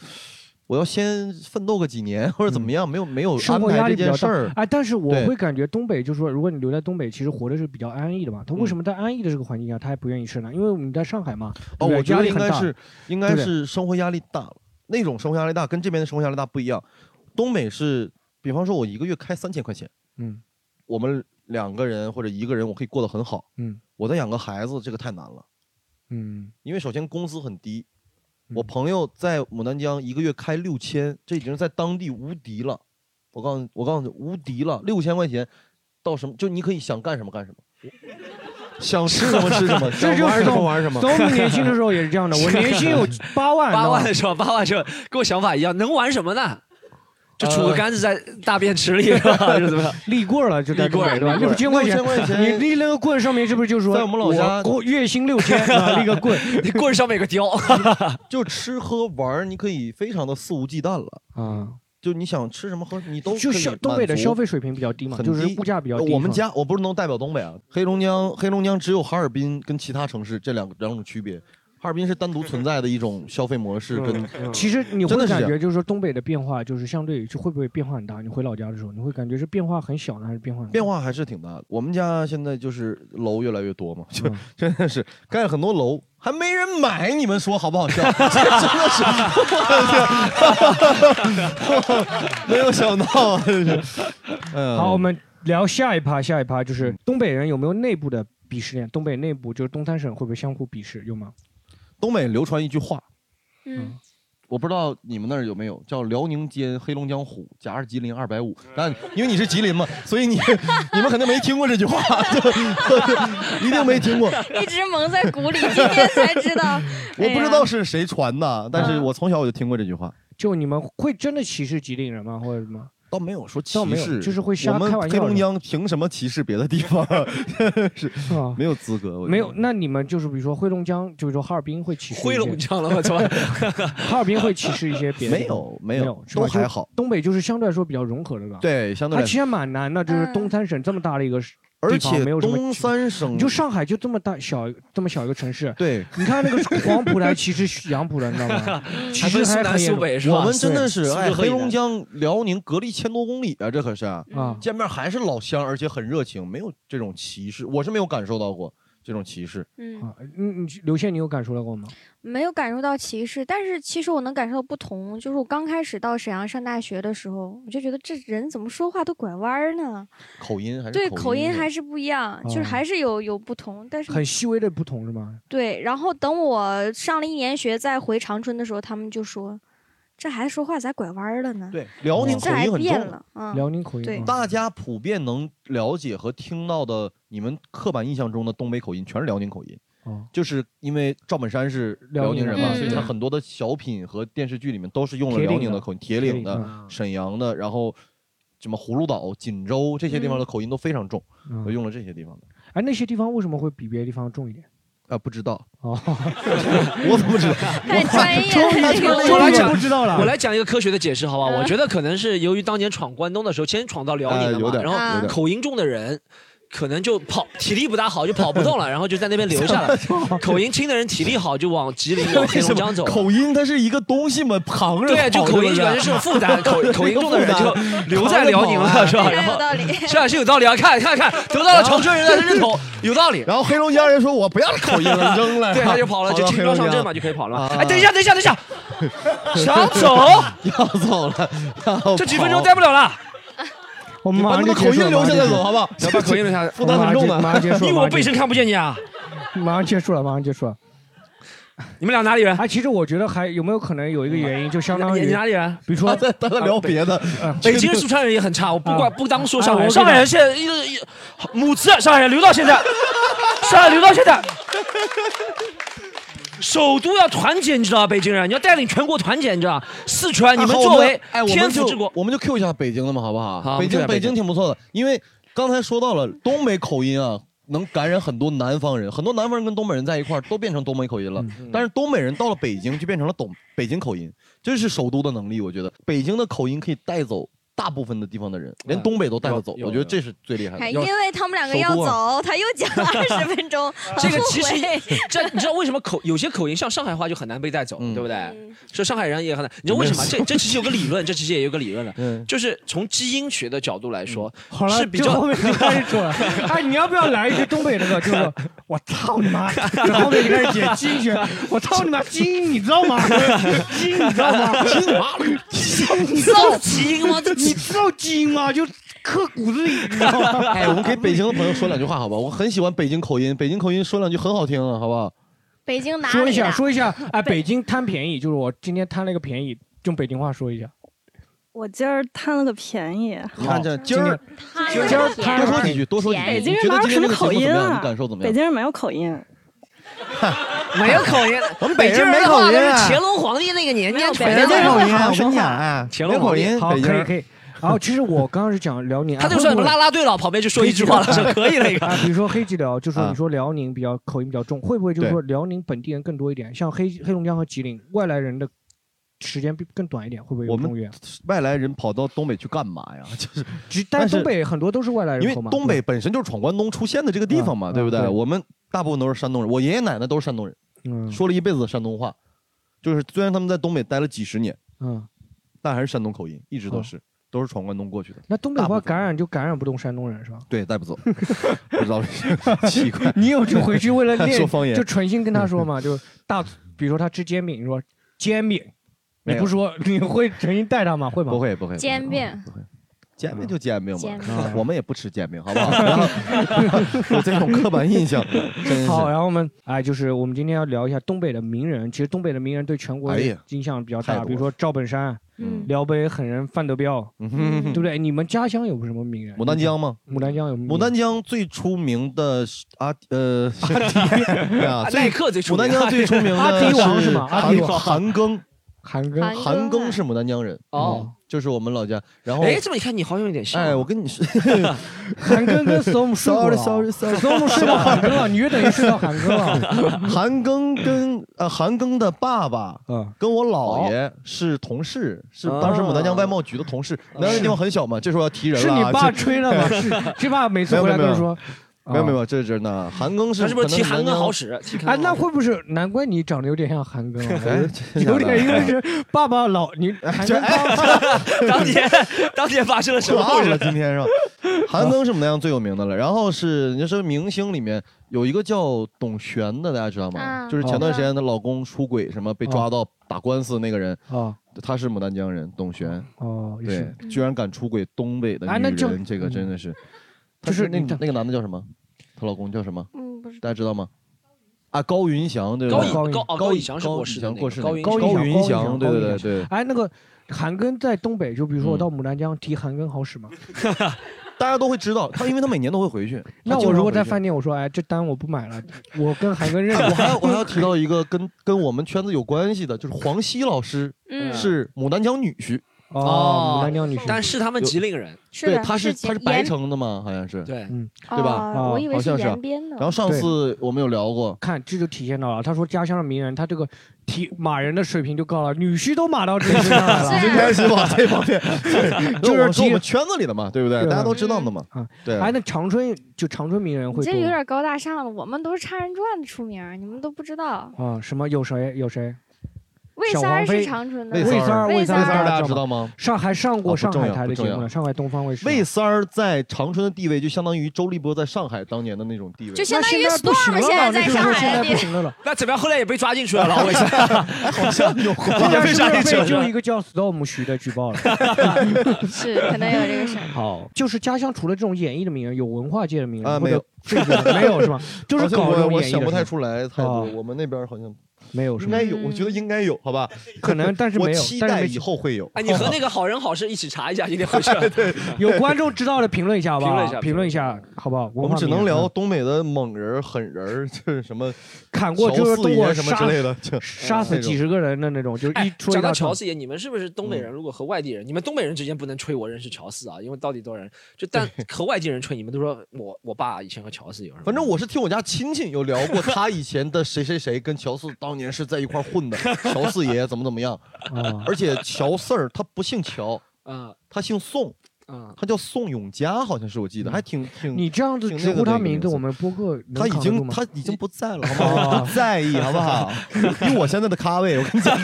我要先奋斗个几年或者怎么样，没有没有
生
安
活压
排
力
这
比较
件事
大
儿，
哎，但是我
对
会感觉东北就是说，如果你留在东北，其实活的是比较安逸的嘛。他
嗯
为什么在安逸的这个环境下，他还不愿意生呢？因为我们在上海嘛，
哦，
对不对
我觉
压
得
力
应
很
该
大
是应该
对不
是生活压力大了，那种生活压力大跟这边的生活压力大不一样。东北是，比方说我一个月开三千块钱，
嗯
我们两个人或者一个人我可以过得很好，
嗯
我再养个孩子这个太难了，
嗯，
因为首先工资很低。我朋友在牡丹江一个月开六千，这已经是在当地无敌了。我告诉你，我告诉你，无敌了，六千块钱到什么就你可以想干什么干什么，想吃什么吃什么，
这
想
就
玩
是
什么
从
玩什么。
从我们年轻的时候也是这样的，我年 轻有八 万，
八
你
万
知
是吧？八万是吧？跟我想法一样，能玩什么呢？就杵
呃
个杆子在大便池里是吧？ 就怎么样？
道吗立棍儿了就在
立棍儿
东北对吧？
立棍儿
六千块
6000块钱
你立那个棍上面是不是 就是说
在我们老家
我月薪六千，啊立个棍
你棍上面有个雕，
就吃喝玩儿，你可以非常的肆无忌惮了。
啊？
就你想吃什么喝，你都
就
可以
消东北的
满足
消费水平比较低嘛，
很
就是
低
物价比较
呃
低嘛。
我们家我不是能代表东北啊，黑龙江黑龙江只有哈尔滨跟其他城市这两个两种区别。哈尔滨是单独存在的一种消费模
嗯
式，跟
其实你
真
会
的是
感
这
觉
样。
就是说东北的变化，就是相对就会不会变化很大？你回老家的时候，你会感觉是变化很小呢，还是变化很大
变化还是挺大的。我们家现在就是楼越来越多嘛，就
嗯
真的是盖了很多楼，还没人买，你们说好不好 笑？这真的是， 我天， 没有想到 啊，这是。嗯
好，我们聊下一趴，下一趴就是东北人有没有内部的鄙视链？东北内部就是东三省会不会相互鄙视？有吗？
东北流传一句话，
嗯，
我不知道你们那儿有没有，叫辽宁尖黑龙江虎夹着吉林二百五。但因为你是吉林嘛，所以你 你们肯定没听过这句话，就 一定没听过。。
一直蒙在鼓里，今天才知道
我不知道是谁传的，但是我从小我就听过这句话。
哎就你们会真的歧视吉林人吗？或者什么？
倒没有说
倒
歧
没有
视，
就是会瞎
我
开
们
玩笑
黑
的
龙江凭什么歧视别的地 方？ 是没有资格，我觉得嗯
没有，那你们就是比如说黑龙江，就是说哈尔滨会歧视一些
黑龙江了我操
哈尔滨会歧视一些别的地
没
方？
有没
没
有
是吧
都还
就
好
东北就是相对来说比较融合的吧？
对相对来
它其实蛮难的，就是东三省这么大的一个。
而且
没有什么
东三省
你就上海就这么大小这么小一个城市，
对，？
你看那个黄浦来歧视杨浦了，你知道吗 其实还很严重
我们真的是
对
哎，黑龙江、辽宁隔离千多公里啊，这可是啊，见面还是老乡，而且很热情，没有这种歧视，我是没有感受到过这种歧视。
嗯
啊，你你刘宪，你有感受到过吗？
没有感受到歧视，但是其实我能感受到不同。就是我刚开始到沈阳上大学的时候，我就觉得这人怎么说话都拐弯儿呢？
口音还是
对，口音还
是
是不一样，就是
哦
还是有有不同。但是
很细微的不同是吗？
对，然后等我上了一年学，再回长春的时候，他们就说：“这孩子说话咋拐弯儿了呢？”
对辽
嗯
宁口
这还
音很
变
重
了，嗯，对，
啊
大家普遍能了解和听到的，你们刻板印象中的东北口音全是辽宁口音。
哦
就是因为赵本山是辽宁人嘛，
辽宁人
所以他
嗯
很多的小品和电视剧里面都是用了
铁岭
辽宁的
的
口音，铁岭
铁
的
岭嗯、
沈阳的，然后什么葫芦岛、锦州这些地方的口音都非常重，
嗯
都用了这些地方的。
哎，那些地方为什么会比别的地方重一点？
啊，不知道，
哦，
我怎么知道？
太专
业了这个
我来讲
我不知道了
我来讲一个科学的解释，好吧？
嗯
我觉得可能是由于当年闯关东的时候，先闯到辽宁
呃
了
有
嘛，
点
然
有
后
点。
口音重的人。可能就跑体力不大好，就跑不动了，然后就在那边留下了口音轻的人体力好，就往 吉林、往黑龙江 走了。
口音它是一个东西嘛，旁人
对，啊就
跑着
口音
是吧
本 身是有负担，口口音重的人就留在辽宁
扛着跑啊
了，是吧？然后 是啊，是哎有道理啊！看看看，得到了长春人的 认同，有道理。
然后黑龙江人说：“我不要口音了，扔了。”
对，他就跑了，就
到
轻
黑
装
龙
上阵
江
嘛，就可以跑了
啊。
哎，等一下，等一下，等一下，想走，
要走了，要
这几分
哦跑
钟待不了了。
我
们马上就结束了马上结束
要把口音留下来，
负担很重的马上结马上结束
因为我背身看不见你啊。
马上结束了，马上结束了。
你们俩哪里人？
哎，其实我觉得还有没有可能有一个原因，就相当于
你你哪里人？啊
比如说，啊呃
大家聊别的，
北京 四川人也很差，我不管不当说上海
嗯哎我
人，
知道
上海人现在一一母子，上海人留到现在， 上海啊留到现在，首都要团结，你知道吧？北京人，你要带领全国团结，你知道吧？四川，你们
好
作为
哎，我
天
们
府 之
就
国，
我们就 Q 一下北京的嘛，好不好？
好
北
我
京
们 Q 一下北
京
京
挺不错的，因为刚才说到了东北口音啊。能感染很多南方人，很多南方人跟东北人在一块儿都变成东北口音
嗯
了。但是东北人到了北京就变成了东北京口音，这是首都的能力。我觉得北京的口音可以带走大部分的地方的人，连东北都带得走。
嗯有有，
我觉得这是最厉害
啊
哎，因
的。
为他们两个
首
要
都啊
走，他又讲了二十分 钟
这个
好后
其实
悔
这你知道为什么口有些口音像上海话就很难被带走，对不对？说上海人也很难，你知道为什么？这这其实有个理论，这其实也有个理论的， 就是从基因学的角度来说，
嗯好了，
是比
就
较
后 面就开始说了。
啊
哎，你要不要来一句东北那个？就是说我操你妈，然后后面就开始解基因学，我操你妈基因，你知道吗？基因你知道吗？
基因
妈，你知道
基因吗？
你知道基因吗？就刻骨子里，你知道吗？
哎，我们给北京的朋友说两句话，好吧？我很喜欢北京口音，北京口音说两句很好听啊，好不好？
北京哪里
说一下，
的
说一下，哎，北京贪便宜，就是我今天贪了一个便宜，用北京话说一下。
我今儿贪了个便宜。
你看这今儿
今
今
儿
儿多说几句，多说几句。
北京
你
人
觉得
哪有
今
什
天
么
这个节
口
目怎么
音
样？
啊？
你感受怎么
北
样？
京人没有口音，
没有口音，
我们
北京人没口音啊
皇帝那个年
没有
传
北京人
下来的
会好说话
啊
乾隆皇帝
好，可
北京
以可以。然后其实我刚刚是讲辽宁，
他就
哎
说
会
你
不
们
会
啦啦队了，旁边就说一句话了，是可以了。一
啊
个，
比如说黑吉辽，就说
啊
你说辽宁比较口音比较重，会不会就是说辽宁本地人更多一点？像黑黑龙江和吉林，外来人的时间比更短一点，会不会有
我
这种
们
原因？
外来人跑到东北去干嘛 呀？就是，
但
但
是东北很多都是外来
因
人
为
口嘛，嗯
东北本身就是闯关东出现的这个地方嘛，对不对？
对
我们大部分都是山东人，我爷爷奶奶都是山东人，
嗯
说了一辈子山东话，就是虽然他们在东北待了几十年，
嗯，
但还是山东口音，一直都是，都是闯关东过去的。
那东北话感染就感染不动山东人是吧？
对，带不走， 不知道为什 么，奇怪。
你有就回去为了练，
说方言，
就存心跟他说 嘛，就大，比如说他吃煎饼，你说煎饼，
没
你
有
不说你会存心带他吗？会吗？嗯
不会不会
煎饼，
煎饼就煎饼
煎
吧
饼，
我们也不吃煎饼，好不 好？然后 有这种刻板印 象，真是
好，然后我们哎，就是我们今天要聊一下东北的名人。其实东北的名人对全国
哎呀
影响比较
太
大，
多
比如说赵本山、啊
嗯
辽北狠人范德彪，
哼
对不对？你们家乡有什么名人？
牡丹江吗？
牡丹江有名
牡丹江最出名的是阿呃是对 啊，
耐克最出名
牡丹江最出名的
阿迪王是吗阿迪王
韩庚，
韩庚
韩庚是牡丹江人
哦
嗯就是我们老家。然后
哎，这么一看你好像有点 像。
哎，我跟你说，
韩庚跟 Storm 睡过了
Sorry, sorry, sorry.
Storm 睡到韩庚了你约等于睡到韩庚了。
韩庚跟呃韩庚的爸爸，
嗯
跟我姥爷是同事，哦啊是当时牡丹江外贸局的同事。那个地方很小嘛，这时候要提人
是
了啊。
你爸
这
吹 了吗？是是爸每次回来都
没有没有没有
说。
没有没有，这是真的。韩庚是
他是不是
可能
提韩
牡丹江
庚好使哎，那会不会是难怪你长得有点像韩庚
哎
啊？
真的
有点因为是爸爸老你
哎
韩庚当
当年当年发生了什么
忘
故
了
事？
今天是吧？韩庚是牡丹江最有名的了，然后是你说明星里面有一个叫董璇的，大家知道吗？
嗯
就是前段时间她老公出轨什么被抓到打官司那个人
啊，
她是牡丹江人，董璇。
哦也
对
是，
居然敢出轨东北的
啊
女
那就
人，这个真的是，就
就
是是那
你这
那个男的叫什么？她老公叫什么？
嗯，不知
大家知道吗？啊，高云翔对吧？
高高云高
哦高
高
以翔是过世的
高以翔
那
过
个
世那
高云
个
翔
高云翔，对
高
对
云
对对。嗯
哎，那个韩庚在东北，就比如说我到牡丹江提韩庚好使吗？
大家都会知道他，因为他每年都会回去。
那
他啊经
我
常
如
回
果在
去
饭店我说，哎，这单我不买了，我跟韩庚认识。
我还要我还要提到一个跟 跟我们圈子有关系的，就是黄西老师，
嗯
是牡丹江女婿。
哦牡丹江女婿
但是他们吉林人，
是
对，
的
他
是吉
他是白城的嘛，好像是，
对，
对吧？
哦我以为
好像
是
是啊
延边的
然后上次我们有聊过，
看，这就体现到了。他说家乡的名人，他这个提马人的水平就高了，女婿都马 到这身上来了，，
已经开始往这方面 就
就是是
说
提
我们圈子里的嘛，对不对？
对
大家都知道的嘛。对，
哎，那长春就长春名人
你
会
这
多
有点高大上了，我们都是《差人传》出名儿，你们都不知道。
啊？什么有谁有谁？
魏
小
三儿
黄
是
飞
长春的，
魏三儿魏
魏
三儿
大家
知
知
道
道吗？
上还上
啊
过
不
上
重
海
要
台的
不
节
重要
目 了，上海东方卫视。
魏三儿在长春的地位就相当于周立波在上海当年的那种地位，
就相当于
那现在不行
Storm
了
现在
吧
在
这
上
就
海
是
的
现在不
地
行了了。
那怎么样？后来也被抓进去了，老魏是
好像有，
后来 是不是被就一
个
个叫 Storm 徐的举报了？
是可能有这个事儿。
好，就是家乡除了这种演艺的名人，有文化界的名人
啊
或
没
者
有
这种没 有是吧？就是
好像
搞这
我
种
我
演艺的
想不
是
太
吧
出来太多，
啊
我们那边好像
没有是
应
吗
该有，我觉得应该有，好吧？
可 能但是没有
我期
但是
待
没
以后会有。
哎，你和那个好人好事一起查一下，你得回去。对，
有观众知道的评论一下吧，
评论一下
评论一下好不好？
我们只能
嗯
聊东北的猛人儿、狠人儿，就是什么
砍过
乔
就是
四
动
爷
过
什么
杀
之类的，就
杀死几十
嗯
个人的那种，
哎
就是一说一
讲
大
到
串
乔四爷，你们是不是东北人？如果和外地人，你们东北人之间不能吹我认识乔四啊，因为到底多少人？就但和外地人吹，你们都说我我爸以前和乔四有什么？
反正我是听我家亲戚有聊过，他以前的谁谁谁跟乔四当年是在一块儿 混的，乔四爷怎么怎么样
哦，
而且乔四儿他不姓乔，
啊
他姓宋，
啊，嗯
他叫宋永嘉，好像是我记得，还挺挺。
你这样子
挺那
直
个
呼
的
他
一个
名字，
字
我们播客能
他已
扛得住
经
吗
他已经不在了，好不好？哦 我不在意，好不好？以我现在的咖位，我跟你讲，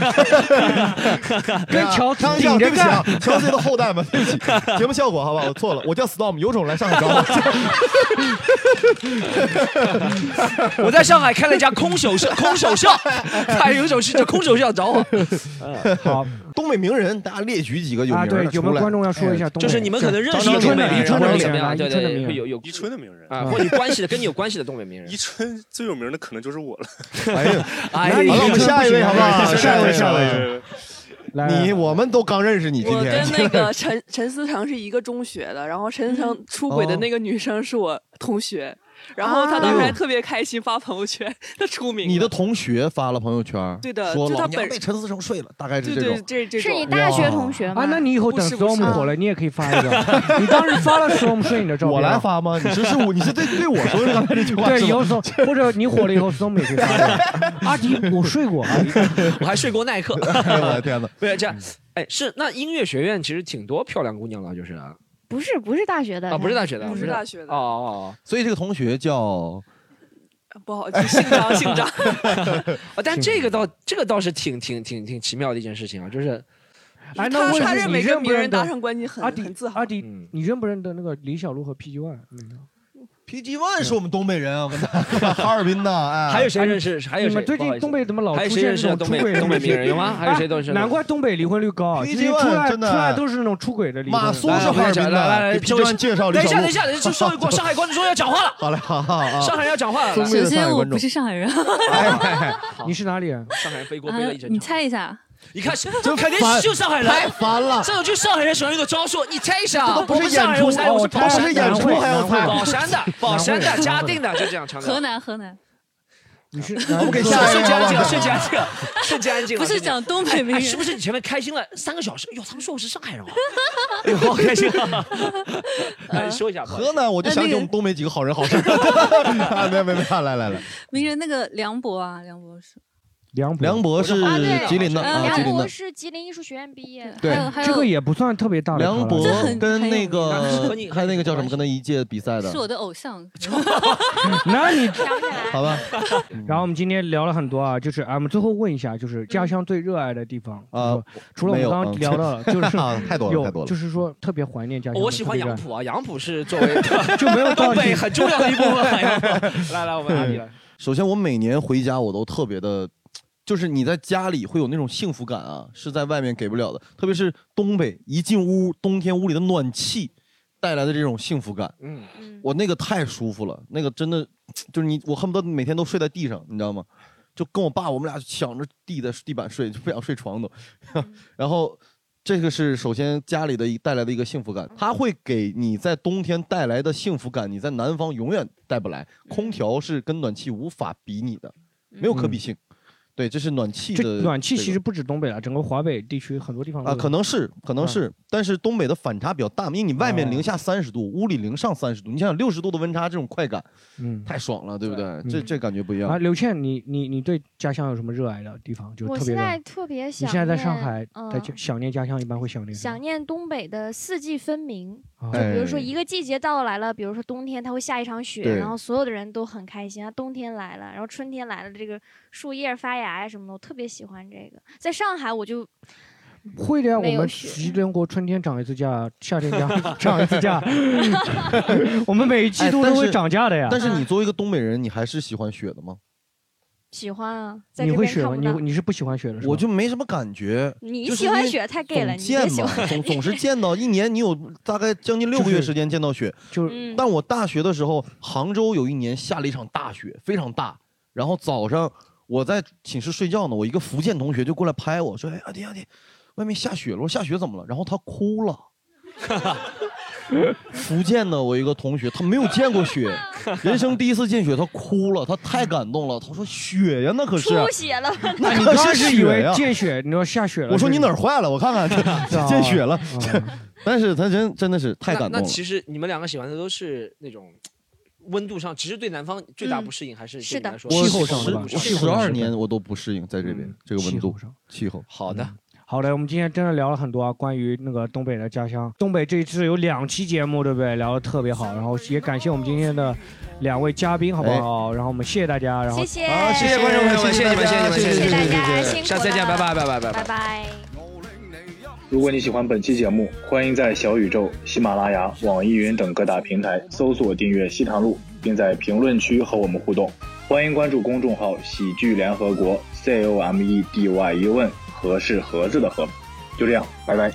跟乔
开玩笑，
顶着
对不起啊
干，
乔四的后代嘛，对不起，节目效果好吧，我错了，我叫 Storm，有种来上海找我。
我在上海开了一家空 手校，空手校，他有一首诗叫《空手校》，找我。
好，
东北名人，大家列举几个有名
啊对
的
有没有
出来
观众要说一下
哎
东
就是你们可能认识
张
东
春
北名
的
人，
张
或者
春
怎么
的嗯
样？
宜
对
春的
对，
名
会
人
有有
宜春的名人
啊，或者你关系的跟你有关系的东北名人。
宜春最有名的可能就是我了。
哎呀，
哎呀
好了，我们下一位好不好？
是
下一位，
是
下一
是
位。你我们都刚认识你，今
我
天
跟那 个陈 陈思诚是一个中学的，然后陈思
嗯
诚出轨的
哦
那个女生是我同学，然后他当时还特别开心发朋友圈，他出名了。
啊哎你的同学发了朋友圈，
对的
说
就他
老娘
本
被陈思诚睡了，大概
对
是这
对
种。
这这
是
种
你大学同学吗？
啊，那你以后等 Storm 火了，你也可以发一 个。你当时发了 Storm 睡你的照片
我
啊，
来发吗？你是是我，你是对对我说的刚才这句话
对，
是吗
以后 Storm 或者你火了以后 Storm 也可以发 一个。阿迪，我睡过，阿迪
我还睡过耐克。
哎我的天哪！
不是这样，哎，是那音乐学院其实挺多漂亮姑娘了，就是啊，
不是不是大学
啊
的
不是大学的，
不是大学的
哦哦
所以这个同学叫
不好，就姓张姓 张。
哦，哦但这个倒这个倒是挺挺挺挺奇妙的一件事情啊，就是
哎，那
他
问
他认
你你
为
认
跟
不
别人
认得
啊
搭上关系很
阿迪
嗯
很自豪
阿迪，你认不认得那个李小璐和 PG One 那个？
PG One 是我们东北人啊，我跟大 家哈尔滨的，哎，
还有谁认识还有谁
你们最
不好
近
意思
东北怎么老
还有
出
谁
现
认识
这种
东
出
北
轨的
东北
例
名
子
人有吗还有谁都是
啊难怪东北离婚率高啊，
PG
就是出来
One
出
真的
来都是那种出轨的离婚。
马苏是哈尔滨的来来来给 PG 这位 One 介绍李等一下小璐等一下等一下稍微 过上海观众说要讲话了
好嘞，好好
哦
好，
上海人要讲话了。
首先我不是上海人，
哎你是哪里人？
上海人背锅背了
啊
一整
你
场。
猜一下，
你看，这
真
肯定
烦
就上海人，
太
烦了
这种就上海人喜欢用的招数，你猜一下，
这都不是
我上海人，
演出
我猜
哦
我是宝山
他不是
的，
演出还要猜
宝山的，宝山
难
的，
会
嘉定的，就这样强调。
河南河南，
你是啊
我们给
下一
瞬
个
间安静
吧
了，瞬间安静了，瞬间安静了。
不是
瞬间
讲
安静了
东北名
哎
人
是不是你前面开心了三个小时？哟，他们说我是上海人哦，哎呦好开心啊！ 哎，你说一下吧。
河南，我
哎
就想起我们东北几个好人好 事。啊没有没有没有，来来来，
名人那个梁博啊，梁博是，
梁博
梁博是
啊对
吉林的，
呃
啊，吉
梁
林
博
的。
是吉林艺术学院毕业的，
对
还有还有
这个也不算特别大的
梁
差了。
博跟那
名
个
和
还有那个叫什么，跟他一届比赛的
是，我的偶 像，
那你
好吧？嗯
然后我们今天聊了很多啊，就是啊，我们最后问一下，就是
嗯
家乡最热爱的地方
啊，
除了我
没
们
有
刚刚
嗯
聊 到了，就是
啊太多了
有
太多了
就是说特别怀念家乡。
我喜欢
特别热
杨
爱
浦啊，杨浦是作为
就没有
东
道理
北很重要的一部分。啊杨浦来来，我们阿迪来。
首先，我每年回家，我都特别的，就是你在家里会有那种幸福感啊，是在外面给不了的。特别是东北，一进屋，冬天屋里的暖气带来的这种幸福感，
嗯
我那个太舒服了，那个真的就是你，我恨不得每天都睡在地上，你知道吗？就跟我爸，我们俩抢着地在地板睡，就不想睡床都。 然后这个是首先家里的一带来的一个幸福感，它会给你在冬天带来的幸福感，你在南方永远带不来。空调是跟暖气无法比拟的，没有可比性。对，这是暖气的、
这暖气
这个
其实不止东北了，整个华北地区很多地方都
啊，
有
可能是，可
嗯
能是，但是东北的反差比较大，因为你外面零
哎
下三十度，屋里零上三十度，你想想六十度的温差，这种快感，
嗯
太爽了，对不对？
对
这
嗯
这感觉不一样。
啊。刘倩，你你你对家乡有什么热爱的地方？就
我
特别
现
热
在
爱。
特别
你
想
现
念，
在在上海，在
嗯
家想念家乡，一般会想念什么
想念东北的四季分明，
哦
就比如说
哎
一个季节到来了，比如说冬天它会下一场雪，
对
然后所有的人都很开心啊，冬天来了，然后春天来了，这个树叶发芽呀什么的，我特别喜欢这个。在上海我就
会的呀，我
没有
们
雪
吉林国春天涨一次价，夏天涨 涨一次价，我们每一季
哎
度
但
都会
是
涨价的呀。
但是
嗯
你作为一个东北人，你还是喜欢雪的吗？
喜欢啊，在
你
这
会
边
雪
看
吗？
不
你
到。
会你是不喜欢雪的是吧？
我就没什么感觉。
你
就是
喜欢
因为
雪太 gay 了
总
你
见
别喜
嘛，
欢
总 总是见到一年你有大概将近六个月时间见到雪。
就是
嗯
但我大学的时候，杭州有一年下了一场大雪，非常大。然后早上我在寝室睡觉呢，我一个福建同学就过来拍我说：“哎，阿迪阿迪，外面下雪了。”我说：“下雪怎么了？”然后他哭了。福建的我一个同学，他没有见过 雪，人生第一次见雪，他哭了，他太感动了。他说：“雪呀，那可是
出血了，
那
你
可
当
是
时以
雪
为
呀
见 雪，你说下雪了。
我说
就是
你哪儿坏了？我看 看，这见雪了。
嗯
但是他真真的是太感动
那那
了。
其实你们两个喜欢的都是那种温度上，只是对南方最大
嗯
不适应，还是
是
对你
的
来说
我
气候上
十
的
我
不适应
十二年我都不适应在这
嗯
边这个温
气
度
候上
气候。嗯
好的，
好的，我们今天真的聊了很多啊，关于那个东北的家乡。东北这一次有两期节目，对不对？聊得特别好，然后也感谢我们今天的两位嘉宾，好不好？然后我们谢谢大家，然后
谢谢，
哎好谢谢观众朋友们谢谢你们谢谢你们
谢
谢谢
大
谢谢
家，
谢谢
辛苦
下次再见
了
拜拜拜拜拜拜
拜拜。
如果你喜欢本期节目，欢迎在小宇宙、喜马拉雅、网易云等各大平台搜索订阅《西塘路》，并在评论区和我们互动。欢迎关注公众号“喜剧联 E 合国 ”（C O M E D Y U N），和是盒子的盒。就这样，拜拜。